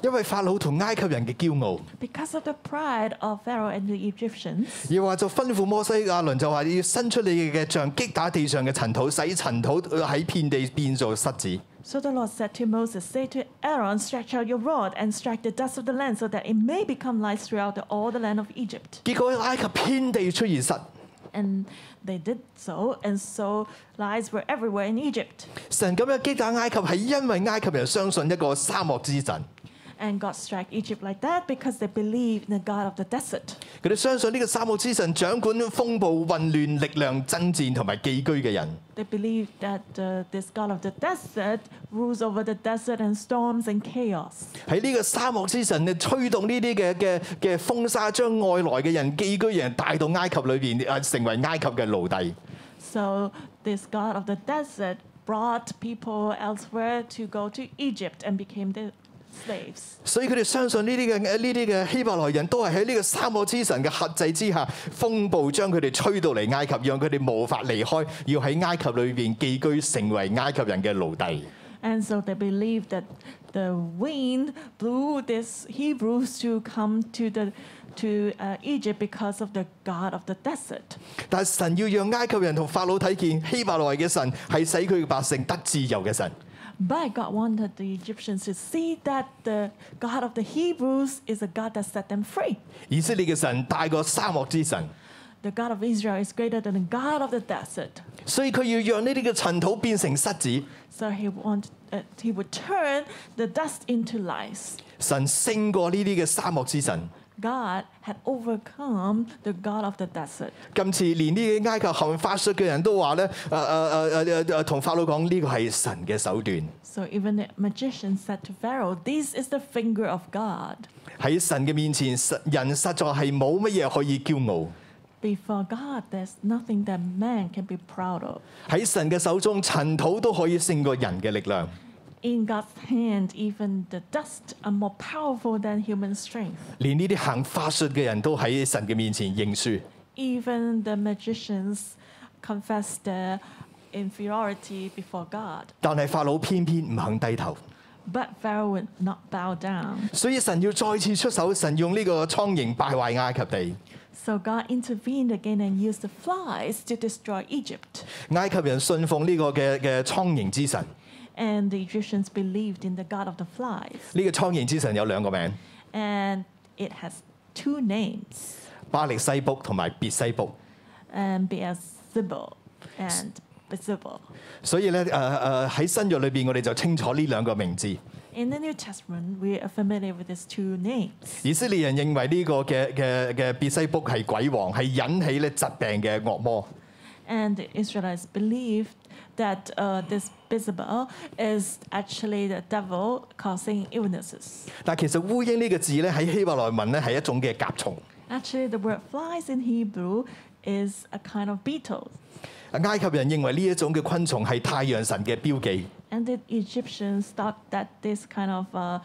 Speaker 1: 因為法老同埃及人嘅驕傲，
Speaker 2: Because of the pride of Pharaoh and the Egyptians,
Speaker 1: 耶和華就吩咐摩西亞倫就話：你要伸出你嘅杖，擊打地上嘅塵土，使塵土喺遍地變做虱子。
Speaker 2: so the Lord said to Moses, Say to Aaron, stretch out your rod and strike the dust of the land, so that it may become lice throughout the- all the land of Egypt.
Speaker 1: 結果埃及遍地出現虱，
Speaker 2: And they did so, and so lies were everywhere in Egypt.
Speaker 1: 神咁樣擊打埃及係因為埃及人相信一個沙漠之神，
Speaker 2: And God struck Egypt like that because they believed in the God of the desert.
Speaker 1: 佢哋相信呢個沙漠之神掌管風暴、混亂、力量、爭戰同埋寄居嘅人。
Speaker 2: They believed that uh, this God of the desert rules over the desert and storms and chaos.
Speaker 1: 喺呢個沙漠之神咧，吹動呢啲嘅嘅嘅風沙，將外來嘅人、寄居嘅人帶到埃及裏邊，啊，成為埃及嘅奴隸。
Speaker 2: So this God of the desert brought people elsewhere to go to Egypt and became the slaves.
Speaker 1: 所以佢哋相信呢啲嘅呢啲嘅希伯來人都係喺呢個沙漠之神嘅轄制之下，風暴將佢哋吹到嚟埃及，讓佢哋無法離開，要喺埃及裏邊寄居，成為埃及人嘅奴隸。
Speaker 2: And so they believed that the wind blew these Hebrews to come to the to uh, Egypt because of the God of the desert.
Speaker 1: 但係神要讓埃及人同法老睇見希伯來嘅神係使佢嘅百姓得自由嘅神。
Speaker 2: But God wanted the Egyptians to see that the God of the Hebrews is a God that set them free.
Speaker 1: 以色列嘅神大過沙漠之神，
Speaker 2: The God of Israel is greater than the God of the desert.
Speaker 1: 所以佢要讓呢啲嘅塵土變成虱子。
Speaker 2: So he want, uh, he would turn the dust into lice.
Speaker 1: 神勝過呢啲嘅沙漠之神。
Speaker 2: God had overcome the God of the desert.
Speaker 1: 今次連呢啲埃及行法術嘅人都話呃咧，誒誒誒誒誒，呃同法老講呢個係神嘅手段，
Speaker 2: So even the magician said to Pharaoh, This is the finger of God.
Speaker 1: 喺神嘅面前，實人實在係冇乜嘢可以驕傲。
Speaker 2: Before God, there's nothing that man can be proud of.
Speaker 1: 喺神嘅手中，塵土都可以勝過人嘅力量。
Speaker 2: In God's hand, even the dust are more powerful than human strength.
Speaker 1: 連呢啲行法術嘅人都喺神嘅面前認輸。
Speaker 2: Even the magicians confess their inferiority before God.
Speaker 1: 但係法老偏偏唔肯低頭，
Speaker 2: But Pharaoh would not bow down.
Speaker 1: 所以神要再次出手，神用呢個蒼蠅敗壞埃及地。
Speaker 2: So God intervened again and used the flies to destroy Egypt.
Speaker 1: 埃及人信奉呢個嘅嘅蒼蠅之神，呢、
Speaker 2: And the Egyptians believed in the god of the flies.
Speaker 1: 個蒼蠅之神有兩個名：
Speaker 2: And it has two names,
Speaker 1: 巴力西卜同埋別西卜。
Speaker 2: and Beelzebul and Beelzebul.
Speaker 1: 所以咧，誒誒喺新約裏邊，我哋就清楚呢兩個名字。
Speaker 2: In the New Testament, we are familiar with these two names.
Speaker 1: 以色列人認為呢個嘅嘅嘅別西卜係鬼王，係引起咧疾病嘅惡魔。
Speaker 2: And the Israelites believed that uh, this Beelzebul is actually the devil causing illnesses.
Speaker 1: 但其實烏蠅呢個字咧喺希伯來文咧係一種嘅甲蟲。
Speaker 2: Actually, the word flies in Hebrew is a kind of beetle.
Speaker 1: 埃及人認為呢一種嘅昆蟲係太陽神嘅標記。
Speaker 2: And the Egyptians thought that this kind of uh,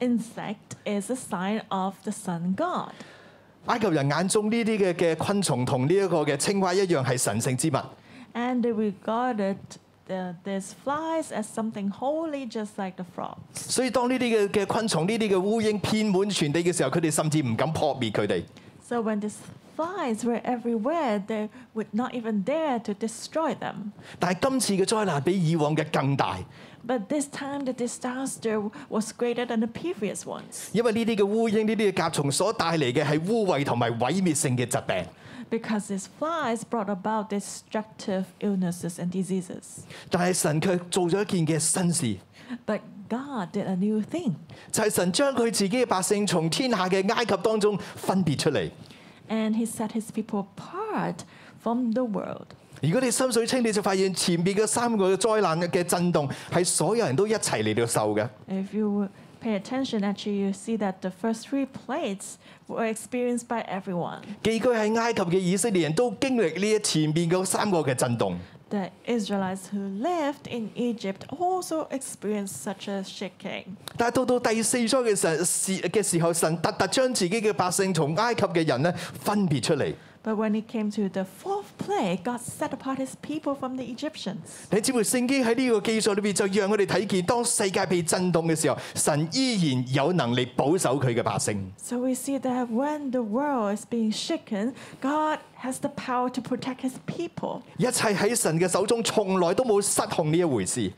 Speaker 2: insect is a sign of the sun god.
Speaker 1: 埃及人眼中呢啲嘅嘅昆蟲同呢一個嘅青蛙一樣係神聖之物。
Speaker 2: And they regarded the, these flies as something holy, just like the frogs.
Speaker 1: 所以當呢啲嘅嘅昆蟲、呢啲嘅烏蠅遍滿全地嘅時候，佢哋甚至唔敢撲滅佢哋。
Speaker 2: So when these flies were everywhere. They would not even dare to destroy them.
Speaker 1: 但係今次嘅災難比以往嘅更大，
Speaker 2: But this time the disaster was greater than the previous ones
Speaker 1: 因為呢啲嘅烏蠅、呢啲嘅甲蟲所帶嚟嘅係污穢同埋毀滅性嘅疾病。
Speaker 2: because these flies brought about destructive illnesses and diseases.
Speaker 1: 但係神卻做咗一件嘅新事，
Speaker 2: But God did a new thing,
Speaker 1: 就係、神將佢自己嘅百姓從天下嘅埃及當中分別出嚟。
Speaker 2: and He set His people apart from the world.
Speaker 1: 如果你心水清，你就發現前面嘅三個災難嘅震動係所有人都一齊嚟到受嘅。
Speaker 2: If you pay attention, actually, you see that the first three plagues were experienced by everyone.
Speaker 1: 寄居喺埃及嘅以色列人都經歷呢一前面嗰三個嘅震動。
Speaker 2: The Israelites who lived in Egypt also experienced such a shaking.
Speaker 1: 但係到到第四災嘅神時嘅時候，神特特將自己嘅百姓從埃及嘅人咧分別出嚟。
Speaker 2: But when it came to the fourth plague, God set apart his people from the Egyptians.
Speaker 1: 你知唔知聖經喺呢個記述裏邊就讓我哋睇見，當世界被震動嘅時候，神依然有能力保守佢嘅百姓。
Speaker 2: So we see that when the world is being shaken, God has the power to protect his people.
Speaker 1: 一切喺神嘅手中，從來都冇失控呢一回事。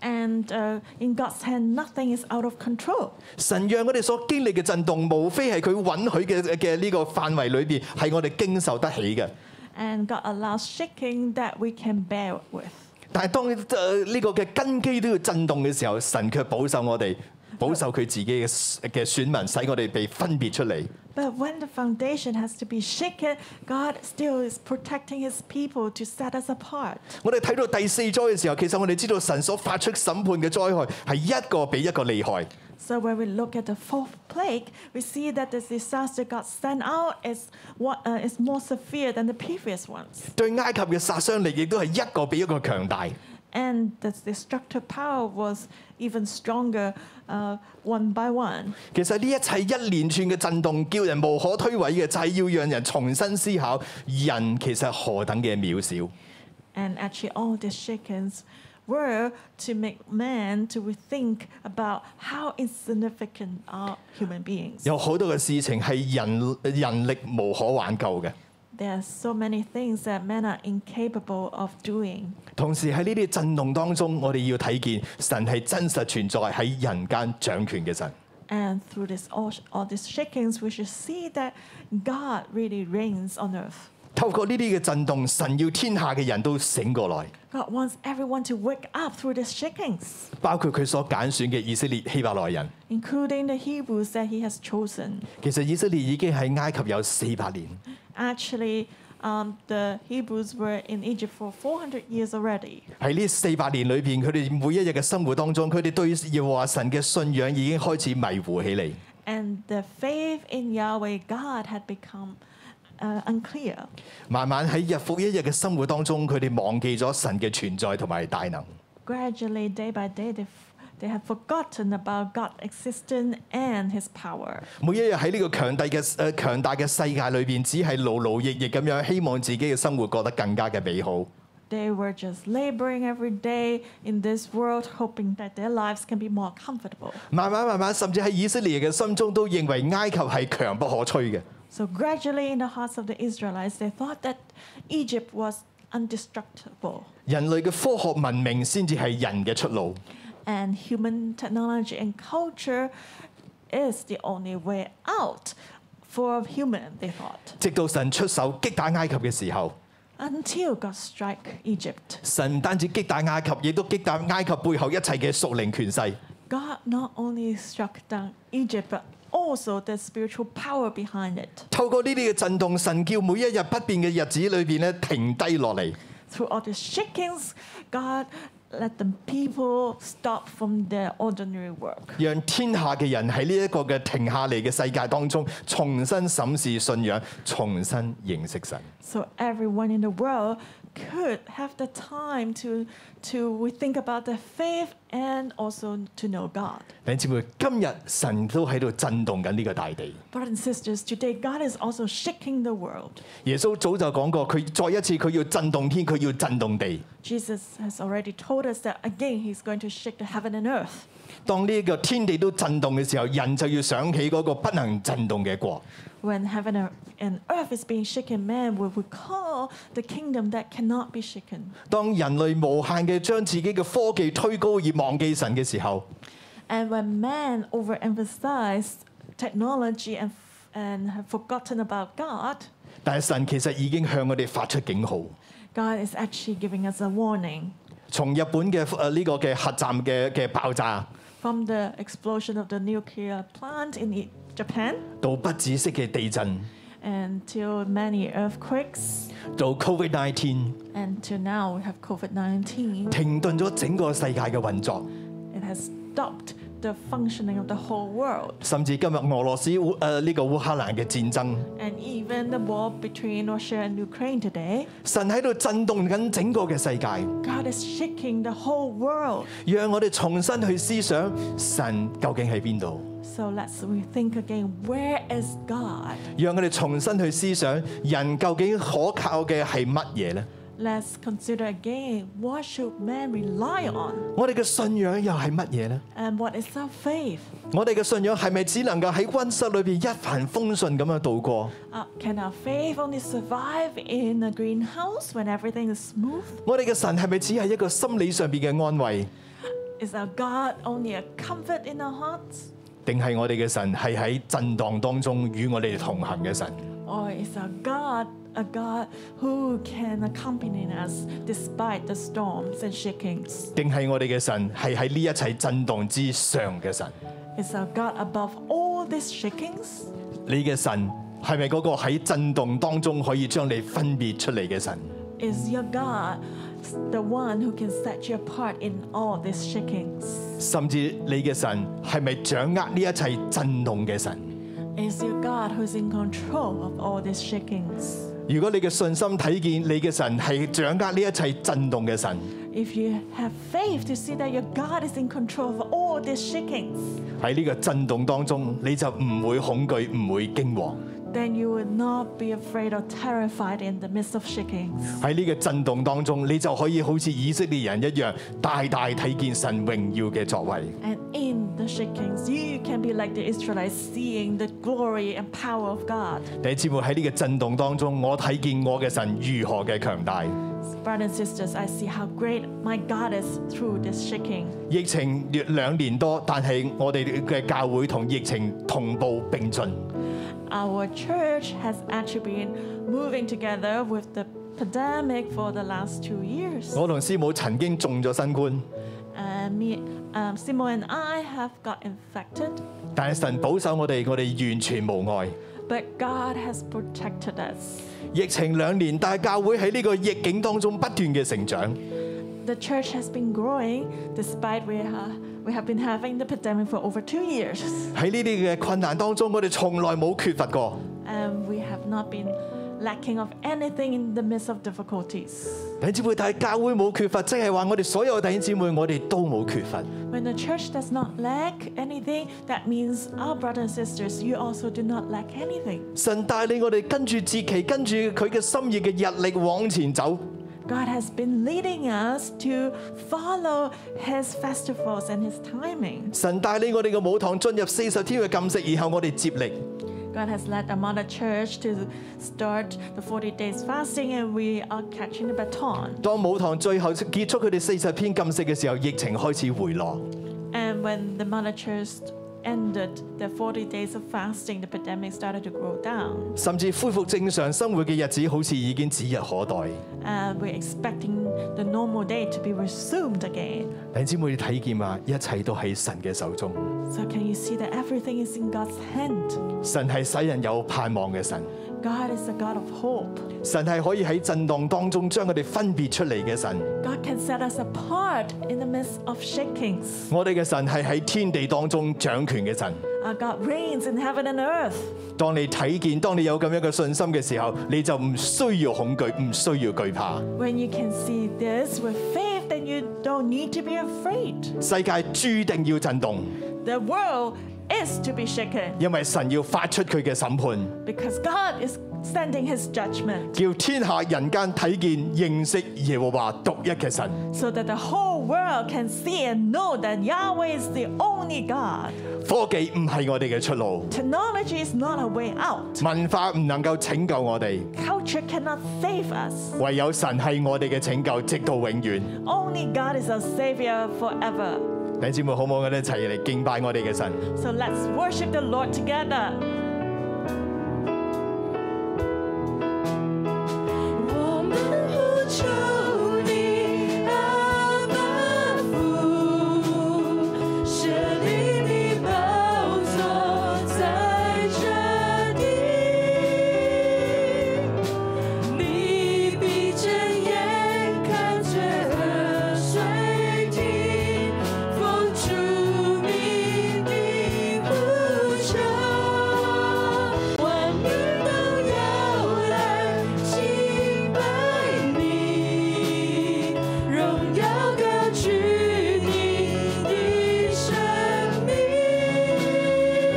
Speaker 2: And uh, in God's hand, nothing is out of control.
Speaker 1: 神讓我哋所經歷嘅震動，無非係佢允許嘅嘅呢個範圍裏邊，係我哋經受得起嘅。
Speaker 2: And God allows shaking that we can bear with.
Speaker 1: 但係當呃呢個嘅根基都要震動嘅時候，神卻保守我哋，保守佢自己嘅嘅選民，使我哋被分別出嚟。
Speaker 2: But when the foundation has to be shaken, God still is protecting his people to set us apart.
Speaker 1: 我哋睇到第四災嘅時候，其實我哋知道神所發出審判嘅災害係一個比一個厲害。
Speaker 2: So when we look at the fourth plague, we see that the disaster God sent out is what uh, is more severe than the previous ones,
Speaker 1: 對埃及嘅殺傷力亦都係一個比一個強大。
Speaker 2: and the destructive power was even stronger, uh, one by one.
Speaker 1: 其實呢一切一連串嘅震動，叫人無可推諉嘅，就係、要讓人重新思考人其實何等嘅渺小。
Speaker 2: And actually, all these shakings were to make man to rethink about how insignificant are human beings.
Speaker 1: 有好多嘅事情係人人力無可挽救嘅。
Speaker 2: There are so many things that men are incapable of doing.
Speaker 1: 同時喺呢啲震動當中，我哋要睇見神係真實存在喺人間掌權嘅神。
Speaker 2: And through this all, all these shakings, we should see that God really reigns on earth.
Speaker 1: 透過呢啲嘅震動，神要天下嘅人都醒過來，
Speaker 2: God wants everyone to wake up through these shakings,
Speaker 1: 包括佢所揀選嘅以色列希伯來人。
Speaker 2: including the Hebrews that He has chosen.
Speaker 1: 其實以色列已經喺埃及有四百年，
Speaker 2: Actually, um, the Hebrews were in Egypt for 400 years already.
Speaker 1: 喺呢四百年裏邊，佢哋每一日嘅生活當中，佢哋對耶和華神嘅信仰已經開始迷糊起嚟。
Speaker 2: And the faith in Yahweh God had become uh, unclear.
Speaker 1: 慢慢喺日復一日嘅生活當中，佢哋忘記咗神嘅存在同埋大能。
Speaker 2: Gradually, day by day, they, f- they have forgotten about God's existence and His power.
Speaker 1: 每一日喺呢個強大嘅誒強大嘅世界裏邊，只係勞勞役役咁樣，希望自己嘅生活過得更加嘅美好。
Speaker 2: They were just laboring every day in this world, hoping that their lives can be more comfortable.
Speaker 1: 慢慢慢慢，甚至喺以色列人嘅心中都認為埃及係強不可摧嘅。
Speaker 2: So gradually, in the hearts of the Israelites, they thought that Egypt was indestructible,
Speaker 1: 人類嘅科學文明先至係人嘅出路。
Speaker 2: and human technology and culture is the only way out for human. They thought
Speaker 1: 直到神出手擊打埃及嘅時候，
Speaker 2: until God strike Egypt.
Speaker 1: 神唔單止擊打埃及，亦都擊打埃及背後一切嘅屬靈權勢。
Speaker 2: God not only struck down Egypt, but also the spiritual power behind it.
Speaker 1: 透過呢啲嘅震動，神叫每一日不變嘅日子裏邊咧停低落嚟。
Speaker 2: Through all the shakings, God let the people stop from their ordinary work.
Speaker 1: 讓天下嘅人喺呢一個嘅停下嚟嘅世界當中，重新審視信仰，重新認識神。
Speaker 2: So everyone in the world could have the time to to think about their faith and also to know God.
Speaker 1: 弟兄姊妹，今日神都喺度震動緊呢個大地。
Speaker 2: Brothers and sisters, today God is also shaking the world.
Speaker 1: 耶穌早就講過，佢再一次佢要震動天，佢要震動地。
Speaker 2: Jesus has already told us that again He's going to shake the heaven and earth.
Speaker 1: 當呢個天地都震動嘅時候，人就要想起嗰個不能震動嘅國。
Speaker 2: When heaven and- and earth is being shaken, man will recall the kingdom that cannot be shaken.
Speaker 1: 當人類無限嘅將自己嘅科技推高而忘記神嘅時候，
Speaker 2: And when man overemphasized technology and, f- and have forgotten about God,
Speaker 1: 但係神其實已經向我哋發出警號。
Speaker 2: God is actually giving us a warning.
Speaker 1: 從日本嘅誒呢個嘅核站嘅嘅爆炸，
Speaker 2: From the explosion of the nuclear plant in I- Japan
Speaker 1: 到不止息嘅地震，
Speaker 2: until many earthquakes,
Speaker 1: 到 Covid nineteen，
Speaker 2: and till now we have COVID 19,
Speaker 1: 停頓咗整個世界嘅運作，
Speaker 2: it has stopped the functioning of the whole world.
Speaker 1: 甚至今日俄羅斯烏誒呢個烏克蘭嘅戰爭，
Speaker 2: And even the war between Russia and Ukraine today,
Speaker 1: 神喺度震動緊整個嘅世界。
Speaker 2: God is shaking the whole world.
Speaker 1: 讓我哋重新去思想神究竟喺邊度，
Speaker 2: So let's rethink again where is God?
Speaker 1: 讓我哋重新去思想人究竟可靠嘅係乜嘢呢？
Speaker 2: Let's consider again what should man rely on
Speaker 1: 我哋嘅信仰又係乜嘢呢？
Speaker 2: and what is our faith?
Speaker 1: 我哋嘅信仰係咪只能夠喺温室裏邊一帆風順咁樣度過？
Speaker 2: Uh, can our faith only survive in a greenhouse when everything is smooth?
Speaker 1: 我哋嘅神係咪只係一個心理上邊嘅安慰，
Speaker 2: Is our God only a comfort in our hearts?
Speaker 1: 定係我哋嘅神係喺震盪當中與我哋同行嘅神？
Speaker 2: Or is our God a God who can accompany us despite the storms and shakings?
Speaker 1: 定係我哋嘅神係喺呢一切震盪之上嘅神？
Speaker 2: Is our God above all these shakings?
Speaker 1: 你嘅神係咪嗰個喺震動當中可以將你分別出嚟嘅神？
Speaker 2: Is your God the one who can set you apart in all these shakings?
Speaker 1: 甚至你嘅神係咪掌握呢一切震動嘅神？
Speaker 2: Is your God who's in control of all these shakings?
Speaker 1: 如果你嘅信心睇見你嘅神係掌握呢一切震動嘅神，
Speaker 2: If you have faith to see that your God is in control of all these shakings,
Speaker 1: 喺呢個震動當中，你就唔會恐懼，唔會驚惶。
Speaker 2: then you will not be afraid or terrified in the midst of shakings.
Speaker 1: 喺呢個震動當中，你就可以好似以色列人一樣，大大睇見神榮耀嘅作為。
Speaker 2: And in the shakings, you can be like the Israelites, seeing the glory and power of God.
Speaker 1: 弟兄姊妹喺呢個震動當中，我睇見我嘅神如何嘅強大。
Speaker 2: Brothers and sisters, I see how great my God is through this shaking.
Speaker 1: 疫情兩年多，但係我哋嘅教會同疫情同步並進。
Speaker 2: Our church has actually been moving together with the pandemic for the last two years.
Speaker 1: 我同師母曾經中咗新冠，
Speaker 2: And me, um, Simo and I have got infected.
Speaker 1: 但係神保守我哋，我哋完全無礙。
Speaker 2: But God has protected us.
Speaker 1: 疫情兩年，但係教會喺呢個逆境當中不斷嘅成長。
Speaker 2: The church has been growing despite we, ha- we have been having the pandemic for over two years.
Speaker 1: 喺呢啲嘅困難當中，我哋從來冇缺乏過。
Speaker 2: And we have not been lacking of anything in the midst of difficulties.
Speaker 1: 弟兄姊妹，但係教會冇缺乏，即係話我哋所有弟兄姊妹，我哋都冇缺乏。
Speaker 2: When the church does not lack anything, that means our brothers and sisters, you also do not lack anything.
Speaker 1: 神帶領我哋跟住節期，跟住佢嘅心意嘅日曆往前走。
Speaker 2: God has been leading us to follow His festivals and His timing.
Speaker 1: 神帶領我哋嘅舞堂進入四十天嘅禁食，然後我哋接力。
Speaker 2: God has led our mother church to start the 40 days fasting, and we are catching the baton.
Speaker 1: 當舞堂最後結束佢哋四十天禁食嘅時候，疫情開始回落。
Speaker 2: And when the mother church ended the 40 days of fasting, the pandemic started to go down.
Speaker 1: 甚至恢復正常生活嘅日子，好似已經指日可待。
Speaker 2: And we're expecting the normal day to be resumed again.
Speaker 1: 弟兄姊妹，你睇見嘛？一切都喺神嘅手中。
Speaker 2: So, can you see that everything is in God's hand?
Speaker 1: 神係使人有盼望嘅神，
Speaker 2: God is a God of hope.
Speaker 1: 神係可以喺震盪當中將佢哋分別出嚟嘅神。
Speaker 2: God can set us apart in the midst of shakings.
Speaker 1: 我哋嘅神係喺天地當中掌權嘅神。
Speaker 2: Our God reigns in heaven and earth.
Speaker 1: 當你睇見，當你有咁樣嘅信心嘅時候，你就唔需要恐懼，唔需要懼怕。
Speaker 2: When you can see this with faith, then you don't need to be afraid.
Speaker 1: 世界注定要震動，
Speaker 2: The world is to be shaken
Speaker 1: 因為神要發出佢嘅審判。
Speaker 2: because God is sending his judgment,
Speaker 1: 叫天下人間睇見認識耶和華獨一嘅神。
Speaker 2: so that the whole world can see and know that Yahweh is the only God.
Speaker 1: 科技唔係我哋嘅出路，
Speaker 2: Technology is not a way out.
Speaker 1: 文化唔能夠拯救我哋，
Speaker 2: Culture cannot save us.
Speaker 1: 唯有神係我哋嘅拯救，直到永遠。
Speaker 2: Only God is our Savior forever.
Speaker 1: 弟兄姊妹好唔好？我哋一齊嚟敬拜我哋嘅神。
Speaker 2: So let's worship the Lord together.
Speaker 4: 我们呼求你，阿爸父，设立你宝座在这地，你闭着眼看着河水停，风出你的呼求。万民都要来敬拜你，荣耀高举你的生命，复兴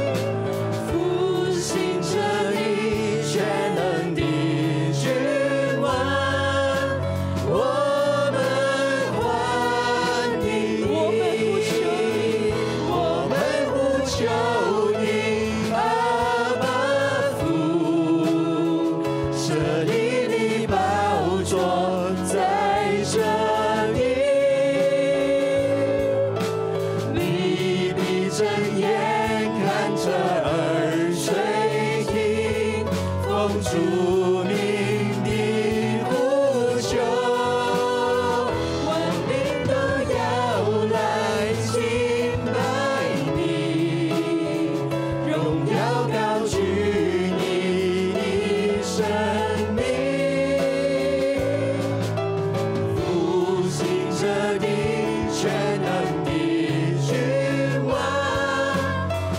Speaker 4: 着你全能的君王，我们欢迎，我们呼求你，我们呼求你，阿爸父，设立你宝座在这里。你闭着眼看着耳垂听，风烛明的呼求，万民都要来敬拜你，荣耀高举你的生命。复兴着你全能的君王，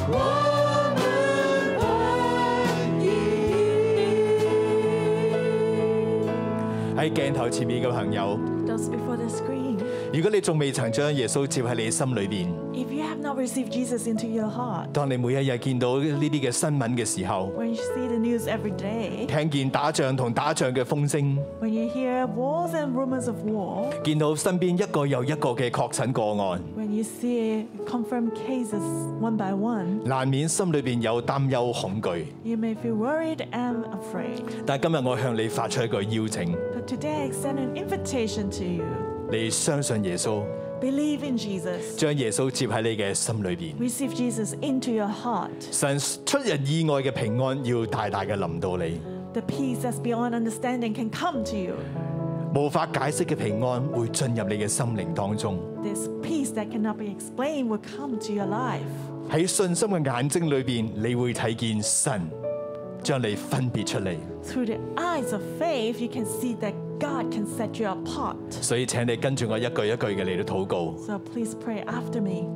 Speaker 4: 我们欢迎。
Speaker 1: 喺鏡頭前面嘅朋友，
Speaker 2: Those before the screen.
Speaker 1: 如果你仲未曾將耶穌接喺你心裏邊，
Speaker 2: If you have not received Jesus into your heart,
Speaker 1: 當你每一日見到呢啲嘅新聞嘅時候，
Speaker 2: when you see the news every day,
Speaker 1: 聽見打仗同打仗嘅風聲，
Speaker 2: when you hear wars and rumors of war,
Speaker 1: 見到身邊一個又一個嘅確診個案，
Speaker 2: when you see confirmed cases one by one,
Speaker 1: 難免心裏邊有擔憂恐懼。
Speaker 2: you may feel worried and afraid.
Speaker 1: 但今日我向你發出一個邀請，
Speaker 2: But today I extend an invitation to you.
Speaker 1: 你相信耶穌，
Speaker 2: Believe in Jesus.
Speaker 1: 將耶穌接喺你嘅心裏邊。
Speaker 2: Receive Jesus into your heart.
Speaker 1: 神出人意外嘅平安要大大嘅臨到你，
Speaker 2: The peace that's beyond understanding can come to you.
Speaker 1: 無法解釋嘅平安會進入你嘅心靈當中。
Speaker 2: This peace that cannot be explained will come to your life.
Speaker 1: 喺信心嘅眼睛裏邊，你會睇見神將你分別出嚟。
Speaker 2: Through the eyes of faith, you can see that God can set you apart.
Speaker 1: 所以請你跟住我一句一句嘅嚟到禱告。
Speaker 2: So please pray after me.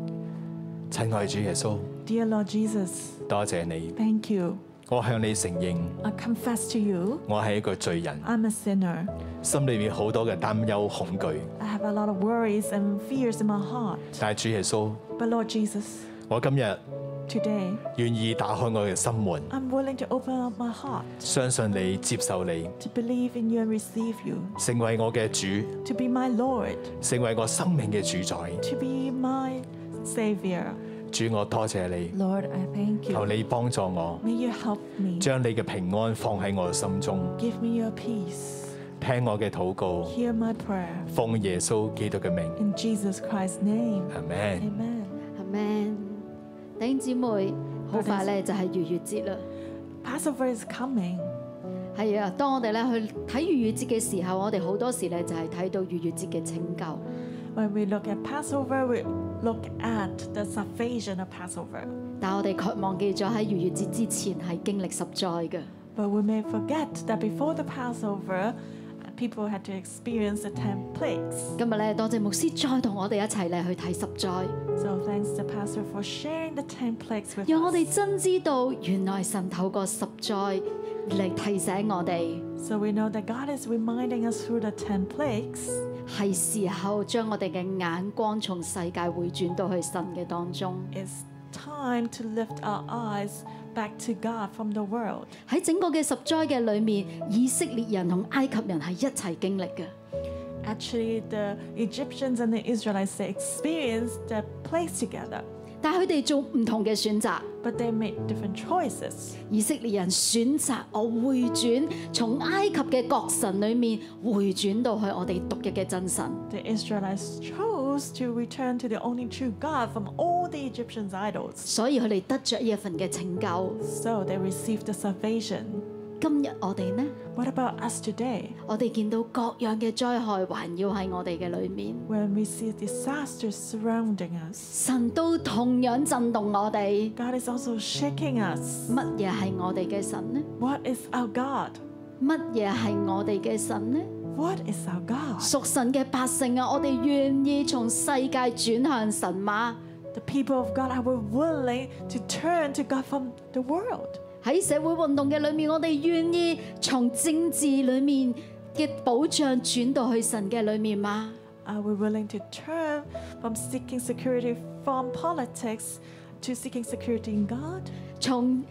Speaker 1: 親愛主耶穌，
Speaker 2: Dear Lord Jesus,
Speaker 1: 多謝你，
Speaker 2: thank you.
Speaker 1: 我向你承認
Speaker 2: I confess to you,
Speaker 1: 我係一個罪人，
Speaker 2: I'm a sinner.
Speaker 1: 心裏面好多嘅擔憂恐懼。
Speaker 2: I have a lot of worries and fears in my heart.
Speaker 1: 但係主耶穌，
Speaker 2: But Lord Jesus,
Speaker 1: 我今日
Speaker 2: today
Speaker 1: 願意打開我嘅心門，
Speaker 2: I'm willing to open up my heart
Speaker 1: 相信你，接受你，
Speaker 2: to believe in you and receive you,
Speaker 1: 成為我嘅主，
Speaker 2: to be my Lord,
Speaker 1: 成為我生命嘅主宰。
Speaker 2: to be my Savior.
Speaker 1: 主，我多謝你，
Speaker 2: Lord, I thank
Speaker 1: 求
Speaker 2: you.
Speaker 1: 你幫助我，
Speaker 2: May you help me.
Speaker 1: 將你嘅平安放喺我心中，
Speaker 2: Give me your peace.
Speaker 1: 聽我嘅禱告，
Speaker 2: Hear my prayer.
Speaker 1: 奉耶穌基督嘅名，
Speaker 2: In Jesus Christ's name.
Speaker 1: 阿 man。
Speaker 2: Amen.
Speaker 5: Amen，弟兄姊妹，好快咧就係逾越節啦。
Speaker 2: Passover is coming.
Speaker 5: 係啊，當我哋咧去睇逾越節嘅時候，我哋好多時咧就係睇到逾越節嘅拯救。
Speaker 2: When we look at Passover, we look at the salvation of Passover.
Speaker 5: 但我哋卻忘記咗喺逾越節之前係經歷十災嘅。
Speaker 2: But we may forget that before the Passover, uh, people had to experience the 10 plagues.
Speaker 5: 今日咧，多謝牧師再同我哋一齊咧去睇十災，
Speaker 2: So thanks to Pastor for sharing the 10 plagues with
Speaker 5: 讓我哋
Speaker 2: us.
Speaker 5: 真知道原來神透過十災嚟提醒我哋，
Speaker 2: So we know that God is reminding us through the 10 plagues.
Speaker 5: 係時候將我哋嘅眼光從世界回轉到去神嘅當中。
Speaker 2: It's time to lift our eyes back to God from the world.
Speaker 5: 喺整個嘅十災嘅裏面，以色列人同埃及人係一齊經歷嘅。
Speaker 2: Actually, the Egyptians and the Israelites they experienced the place together,
Speaker 5: 但係佢哋做唔同嘅選擇。
Speaker 2: but they made different choices.
Speaker 5: 以色列人選擇我回轉，從埃及嘅國神裏面回轉到去我哋獨一嘅真神。
Speaker 2: The Israelites chose to return to the only true God from all the Egyptians' idols.
Speaker 5: 所以佢哋得着呢一份嘅拯救。
Speaker 2: So they received the salvation.
Speaker 5: 今日我哋呢，
Speaker 2: What about us today?
Speaker 5: 我哋見到各樣嘅災害環繞喺我哋嘅裏面，
Speaker 2: When we see disasters surrounding us,
Speaker 5: 神都同樣震動我哋。
Speaker 2: God is also shaking us.
Speaker 5: 乜嘢係我哋嘅神呢？
Speaker 2: What is our God?
Speaker 5: 乜嘢係我哋嘅神呢？
Speaker 2: What is our God?
Speaker 5: 屬神嘅百姓啊，我哋願意從世界轉向神嗎？
Speaker 2: The people of God are willing to turn to God from the world.
Speaker 5: 喺社會運動嘅裏面，我哋願意從政治裏面嘅保障轉到去神嘅裏面嗎？
Speaker 2: Are we willing to turn from seeking security from politics to seeking security in God?
Speaker 5: 從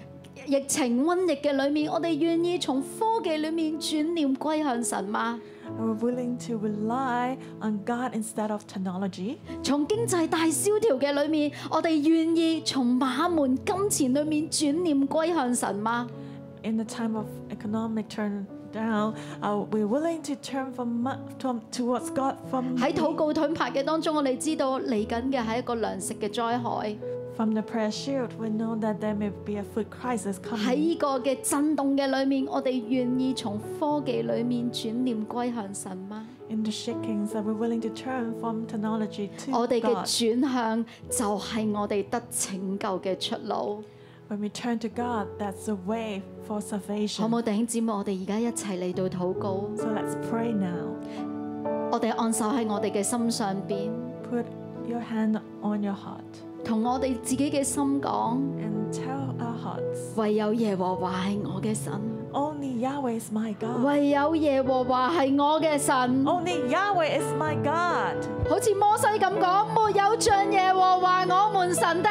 Speaker 5: 疫情瘟疫嘅裏面，我哋願意從科技裏面轉念歸向神嗎？
Speaker 2: Are we willing to rely on God instead of technology?
Speaker 5: 從經濟大蕭條嘅裏面，我哋願意從馬門金錢裏面轉念歸向神嗎？
Speaker 2: In the time of economic turn down, are we willing to turn from, mo- from towards God from
Speaker 5: 喺禱告盾牌嘅當中，我哋知道嚟緊嘅係一個糧食嘅災害，
Speaker 2: from the prayer shield? We know that there may be a food crisis
Speaker 5: 喺
Speaker 2: coming.
Speaker 5: 呢個嘅震動嘅裏面，我哋願意從科技裏面轉念歸向神嗎？
Speaker 2: In the shakings, are we willing to turn from technology to
Speaker 5: 我哋嘅
Speaker 2: God?
Speaker 5: 轉向就係我哋得拯救嘅出路，
Speaker 2: When we turn to God, that's the way for
Speaker 5: 好
Speaker 2: salvation.
Speaker 5: 冇？弟兄姊妹，我哋而家一齊嚟到禱告，
Speaker 2: So let's pray now.
Speaker 5: 我哋按手喺我哋嘅心上邊，
Speaker 2: Put your hand on your heart
Speaker 5: 同我哋自己嘅心講：
Speaker 2: and tell our hearts
Speaker 5: 唯有耶和華係我嘅神，
Speaker 2: only Yahweh is my God.
Speaker 5: 唯有耶和華係我嘅神。
Speaker 2: Only Yahweh is my God.
Speaker 5: 好似摩西咁講，沒有像耶和華我們神的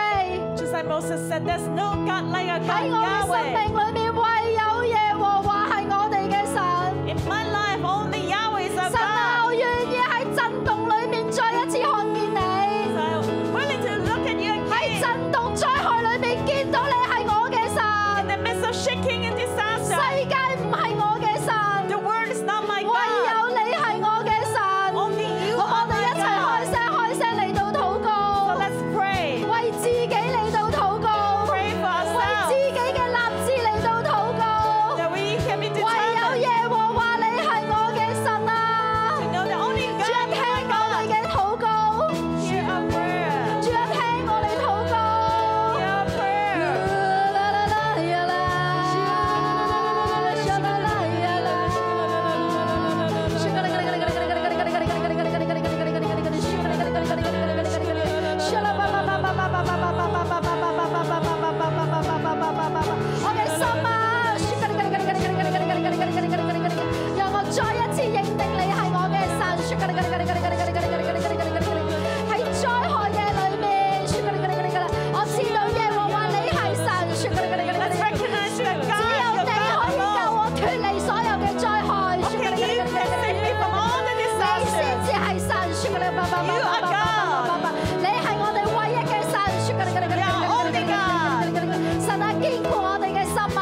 Speaker 2: Just like Moses said, there's no God like our
Speaker 5: 喺
Speaker 2: God
Speaker 5: 我嘅生
Speaker 2: Yahweh.
Speaker 5: 命裏面，唯有耶和華係我哋嘅神。
Speaker 2: In my life, only Yahweh is our
Speaker 5: 神啊，我
Speaker 2: God.
Speaker 5: 願意喺震動裏面再一次看見你
Speaker 2: So。I'm willing to look at you
Speaker 5: 喺
Speaker 2: again
Speaker 5: 震動災害裏面見到你係我嘅
Speaker 2: in
Speaker 5: 神，
Speaker 2: the midst of shaking and disaster.
Speaker 5: 世界唔係我嘅神，
Speaker 2: The world is not my
Speaker 5: 唯
Speaker 2: God.
Speaker 5: 有你係我嘅神。
Speaker 2: Only you
Speaker 5: 好，
Speaker 2: are
Speaker 5: 我哋
Speaker 2: my
Speaker 5: 一齊
Speaker 2: God.
Speaker 5: 開聲開聲嚟到禱
Speaker 2: So
Speaker 5: 告，
Speaker 2: let's pray.
Speaker 5: 為自己嚟到禱告，
Speaker 2: Pray for
Speaker 5: 為
Speaker 2: ourselves.
Speaker 5: 自己嘅立志嚟到禱告。
Speaker 2: That we can be
Speaker 5: 唯有
Speaker 2: determined
Speaker 5: 耶和華你係我嘅神啊！
Speaker 2: to know that only
Speaker 5: 主啊，
Speaker 2: God
Speaker 5: 聽
Speaker 2: is my
Speaker 5: 我
Speaker 2: God.
Speaker 5: 哋嘅禱告，
Speaker 2: Hear our prayer.
Speaker 5: 主啊，聽我哋禱告
Speaker 2: Hear。our prayer.
Speaker 5: 喺災害嘅裏面，我知道耶和華你係神，
Speaker 2: Let's recognize that
Speaker 5: 只有你可以
Speaker 2: God is your God
Speaker 5: 救我
Speaker 2: alone.
Speaker 5: 脱離所有嘅災害。
Speaker 2: Okay, you can save me from all the
Speaker 5: 你先
Speaker 2: disasters.
Speaker 5: 至係神，
Speaker 2: You are God.
Speaker 5: 你係我哋唯一嘅神。
Speaker 2: only God.
Speaker 5: 神啊，堅固我哋嘅心啊！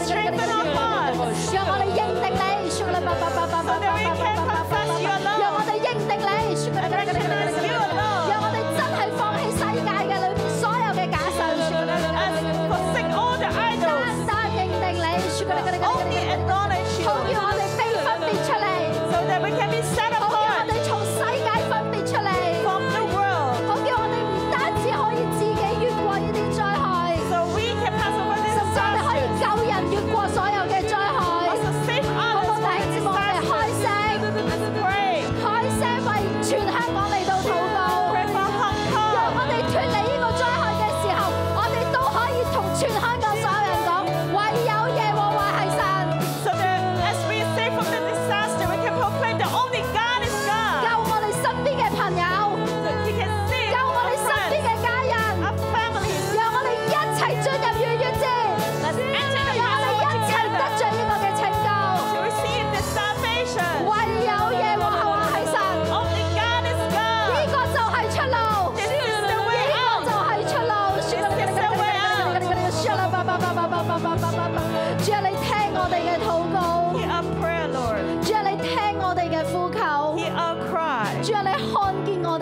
Speaker 2: Strengthen our hearts.
Speaker 5: 讓我哋認定你。
Speaker 2: that we can confess you alone.
Speaker 5: 讓我哋認定你。
Speaker 2: And recognize you alone.
Speaker 5: 讓我哋真係放棄世界嘅裏面所有嘅假神
Speaker 2: And。forsake all the
Speaker 5: 單
Speaker 2: idols.
Speaker 5: 單認定你，
Speaker 2: Only acknowledge you
Speaker 5: 好叫我哋被分別出嚟，
Speaker 2: so that we can be set
Speaker 5: 好叫我
Speaker 2: apart
Speaker 5: 哋從世界分別出嚟，
Speaker 2: from the world
Speaker 5: 好叫我哋唔單止可以自己越過呢啲災害，
Speaker 2: so we can pass over
Speaker 5: 甚
Speaker 2: this
Speaker 5: 至我哋可以
Speaker 2: disaster.
Speaker 5: 救人越過所有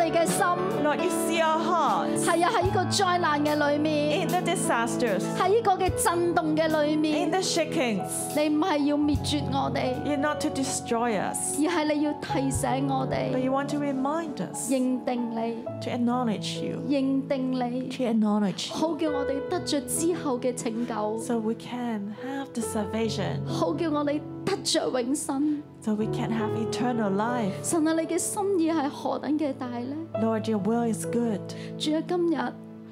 Speaker 5: 嘅心，
Speaker 2: Lord, you see our hearts
Speaker 5: 係啊喺呢個災難嘅裏面，
Speaker 2: in the disasters,
Speaker 5: 喺呢個嘅震動嘅裏
Speaker 2: in
Speaker 5: 面，
Speaker 2: the shakings.
Speaker 5: 你唔係要滅絕我哋，
Speaker 2: You're not to destroy us,
Speaker 5: 而係你要提醒我
Speaker 2: but
Speaker 5: 哋
Speaker 2: you want to remind us
Speaker 5: 認定你，
Speaker 2: to acknowledge you,
Speaker 5: 認定你，
Speaker 2: to acknowledge you,
Speaker 5: 好叫我哋得着之後嘅拯救，
Speaker 2: so we can have the salvation,
Speaker 5: 好叫我哋得着永生。
Speaker 2: so we can have eternal life.
Speaker 5: 神啊，你嘅心意係何等嘅大呢？
Speaker 2: Lord, your will is good.
Speaker 5: 主啊，今日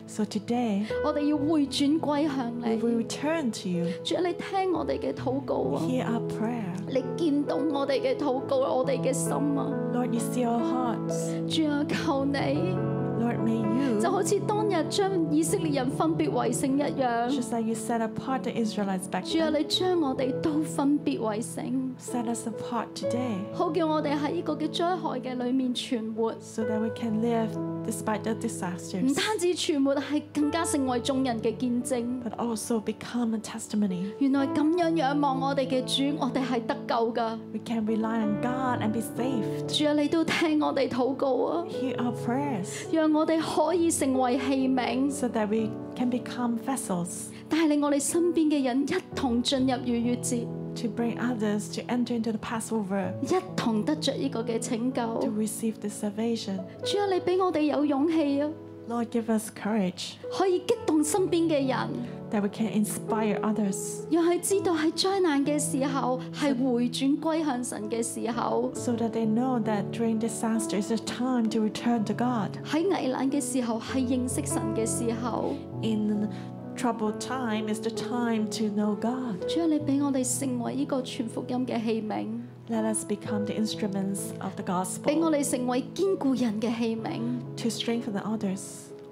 Speaker 2: So today,
Speaker 5: 我哋要回轉歸向
Speaker 2: we will
Speaker 5: 你。
Speaker 2: return to you.
Speaker 5: 主啊，你聽我哋嘅禱告啊！
Speaker 2: Hear our prayer.
Speaker 5: 你見到我哋嘅禱告，我哋嘅心啊！
Speaker 2: Lord, you see our hearts.
Speaker 5: 主啊，求你
Speaker 2: Lord, may
Speaker 5: 就
Speaker 2: you,
Speaker 5: 好似當日將以色列人分別為聖一樣，
Speaker 2: just like you set apart the Israelites back
Speaker 5: 主啊，
Speaker 2: then,
Speaker 5: 你將我哋都分別為聖，
Speaker 2: set us apart today
Speaker 5: 好叫我哋喺呢個嘅災害嘅裏面存活，唔
Speaker 2: so that we can live despite the disasters,
Speaker 5: 單止存活，係更加成為眾人嘅見證。
Speaker 2: but also become a testimony.
Speaker 5: 原來咁樣仰望我哋嘅主，我哋係得救噶。
Speaker 2: We can rely on God and be saved.
Speaker 5: 主啊，你都聽我哋禱告啊，
Speaker 2: Hear our prayers
Speaker 5: 讓我哋可以成為器皿，
Speaker 2: so that we can become vessels
Speaker 5: 帶領我哋身邊嘅人一同進入逾越節，
Speaker 2: to bring others to enter into the Passover
Speaker 5: 一同得着呢個嘅拯救
Speaker 2: to。receive the salvation.
Speaker 5: 主啊，你俾我哋有勇氣啊，
Speaker 2: Lord, give us courage
Speaker 5: 可以激動身邊嘅人，
Speaker 2: that we can inspire others.
Speaker 5: 讓佢知道喺災難嘅時候係回轉歸向神嘅時候，
Speaker 2: so that they know that during disaster is a time to return to God.
Speaker 5: 喺危難嘅時候係認識神嘅時候。
Speaker 2: In troubled time is the time to know God.
Speaker 5: 主啊，你俾我哋成為呢個全福音嘅器皿，
Speaker 2: Let us become the instruments of the
Speaker 5: 俾
Speaker 2: gospel
Speaker 5: 我哋成為堅固人嘅器皿，
Speaker 2: to strengthen the others,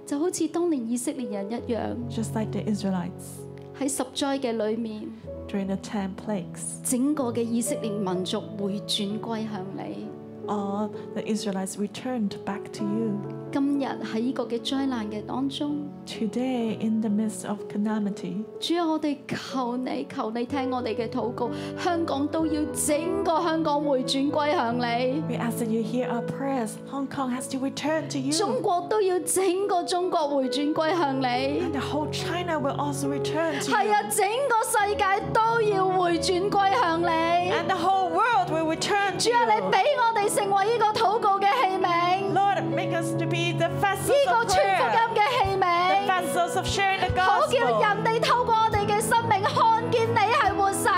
Speaker 5: 就好似當年以色列人一樣，
Speaker 2: just like the Israelites
Speaker 5: 喺十災嘅裏面，
Speaker 2: during the ten plagues.
Speaker 5: 整個嘅以色列民族回轉歸向你。
Speaker 2: All the Israelites returned back to you.
Speaker 5: 今日喺呢個嘅災難嘅當中。
Speaker 2: Today, in the midst of calamity,
Speaker 5: 主啊，我哋求你，求你聽我哋嘅禱告，香港都要整個香港回轉歸向你，
Speaker 2: we ask that you hear our prayers. Hong Kong has to return to
Speaker 5: 中
Speaker 2: you.
Speaker 5: 國都要整個中國回轉歸向你
Speaker 2: And，the whole China will also return to
Speaker 5: 係
Speaker 2: you.
Speaker 5: 啊，整個世界都要回轉歸向你。
Speaker 2: And the whole world will return to
Speaker 5: 主啊，你
Speaker 2: you.
Speaker 5: 俾我哋成為呢個禱告嘅器皿，呢
Speaker 2: Lord, make us to be the vessels
Speaker 5: 個
Speaker 2: of
Speaker 5: 全福
Speaker 2: prayer,
Speaker 5: 音嘅器
Speaker 2: the
Speaker 5: 皿，
Speaker 2: vessels of sharing the
Speaker 5: 好叫
Speaker 2: gospel,
Speaker 5: 人哋透過我哋嘅生命看見你係活神。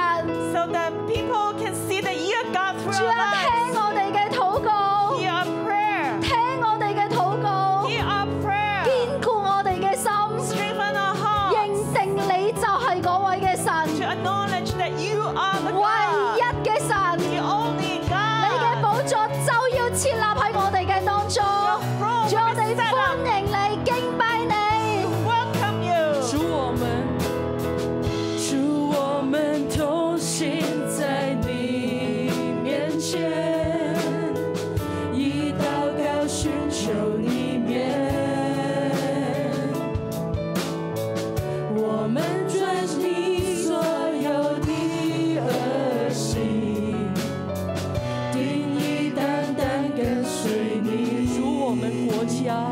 Speaker 2: so that people can see that you are God
Speaker 5: 主
Speaker 2: through our
Speaker 5: 啊，聽
Speaker 2: lives.
Speaker 5: 我哋嘅禱告，
Speaker 2: Hear our prayer.
Speaker 5: 聽我哋嘅禱告。
Speaker 2: Hear our prayer.
Speaker 5: 堅固我哋嘅心，
Speaker 2: Strengthen our
Speaker 5: 認
Speaker 2: hearts
Speaker 5: 定你就係嗰位嘅神，
Speaker 2: to acknowledge that you are the
Speaker 5: 唯
Speaker 2: God,
Speaker 5: 一嘅神。
Speaker 2: the only
Speaker 5: 你嘅
Speaker 2: God.
Speaker 5: 寶座就要設立喺我哋嘅當中，
Speaker 2: throne
Speaker 5: 主我哋歡迎你，敬拜你。
Speaker 2: Welcome you.
Speaker 4: 主我们，主我们同行在你面前，以祷告寻求你面。我们专你所有的恶行，定义单单跟随你。主我们国家。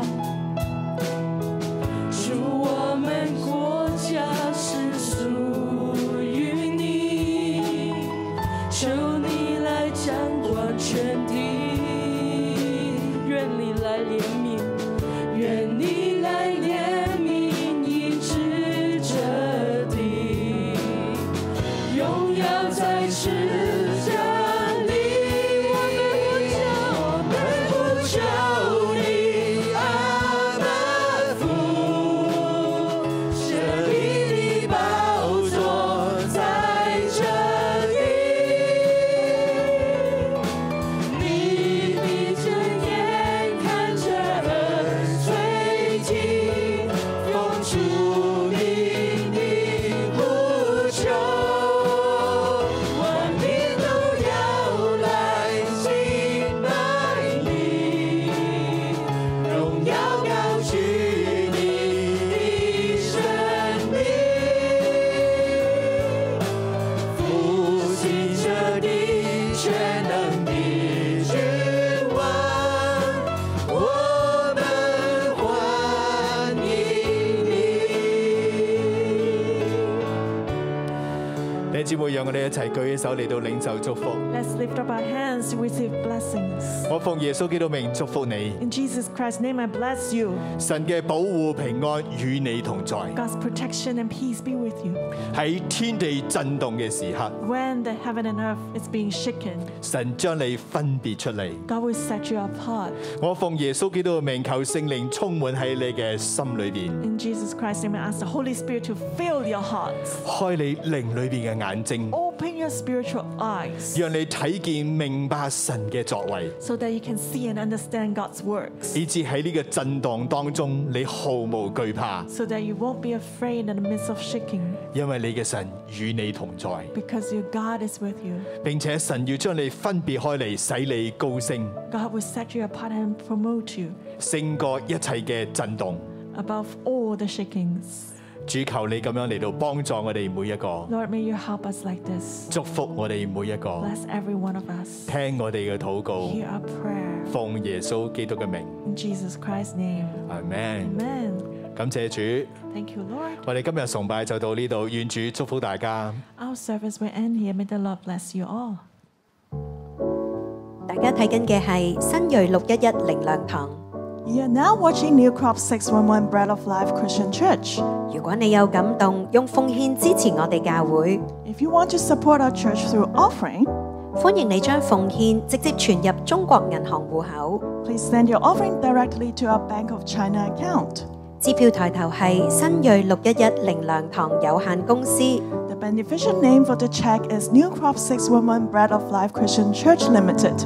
Speaker 4: 主，我们国家是属于你，求你来掌管全地，愿你来怜悯，愿你来怜悯医治这地，荣耀在世上。你，我们呼求，我们呼求你，阿爸父，设立的宝座在这里。你闭着眼看着儿垂
Speaker 1: 姊妹，讓我哋一齊舉起手嚟到領受祝福。
Speaker 2: Let's lift up our hands to receive blessings.
Speaker 1: 我奉耶穌基督名祝福你，
Speaker 2: In Jesus Christ's name, I bless you.
Speaker 1: 神嘅保護平安與你同在。
Speaker 2: God's protection and peace be with you.
Speaker 1: 喺天地震動嘅時刻，
Speaker 2: When the heaven and earth is being shaken,
Speaker 1: 神將你分別出嚟。
Speaker 2: God will set you apart.
Speaker 1: 我奉耶穌基督嘅名，求聖靈充滿喺你嘅心裏邊，
Speaker 2: In Jesus Christ's name, I ask the Holy Spirit to fill your hearts.
Speaker 1: 開你靈裏邊嘅眼睛，
Speaker 2: Open your spiritual eyes
Speaker 1: 讓你睇見明白神嘅作為，
Speaker 2: so that you can see and understand God's works,
Speaker 1: 以至喺呢個震盪當中，你毫無懼怕，
Speaker 2: so that you won't be afraid in the midst of shaking
Speaker 1: 因為你嘅神與你同在。
Speaker 2: because your God is with you.
Speaker 1: 並且神要將你分別開嚟，使你高升，
Speaker 2: God will set you apart and promote you
Speaker 1: 勝過一切嘅震動。
Speaker 2: above all the shakings.
Speaker 1: 主求你咁樣嚟到幫助我哋每一個，
Speaker 2: Lord, may you help us like this.
Speaker 1: 祝福我哋每一個，
Speaker 2: Bless every one of us.
Speaker 1: 聽我哋嘅禱告，
Speaker 2: Hear our prayer.
Speaker 1: 奉耶穌基督嘅名，
Speaker 2: In Jesus Christ's name.
Speaker 1: 阿 man，
Speaker 2: Amen.
Speaker 1: 感謝主，
Speaker 2: Thank you, Lord.
Speaker 1: 我哋今日崇拜就到呢度，願主祝福大家。
Speaker 2: Our service will end here. May the Lord bless you all.
Speaker 6: 大家睇緊嘅係新锐六一一靈糧堂。
Speaker 2: You're now watching New Crop 611 Bread of Life Christian Church.
Speaker 6: 如果你有感動，用奉獻支持我哋教會，
Speaker 2: If you want to support our church through offering,
Speaker 6: 歡迎你將奉獻直接存入中國銀行户口。
Speaker 2: please send your offering directly to our Bank of China account.
Speaker 6: 支票抬頭係新锐六一一靈糧堂有限公司，
Speaker 2: The beneficial name for the check is New Crop 611 Bread of Life Christian Church Limited.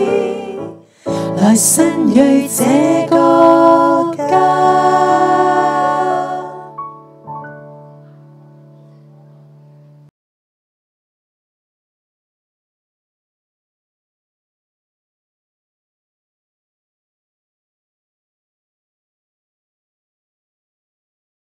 Speaker 4: 來新锐這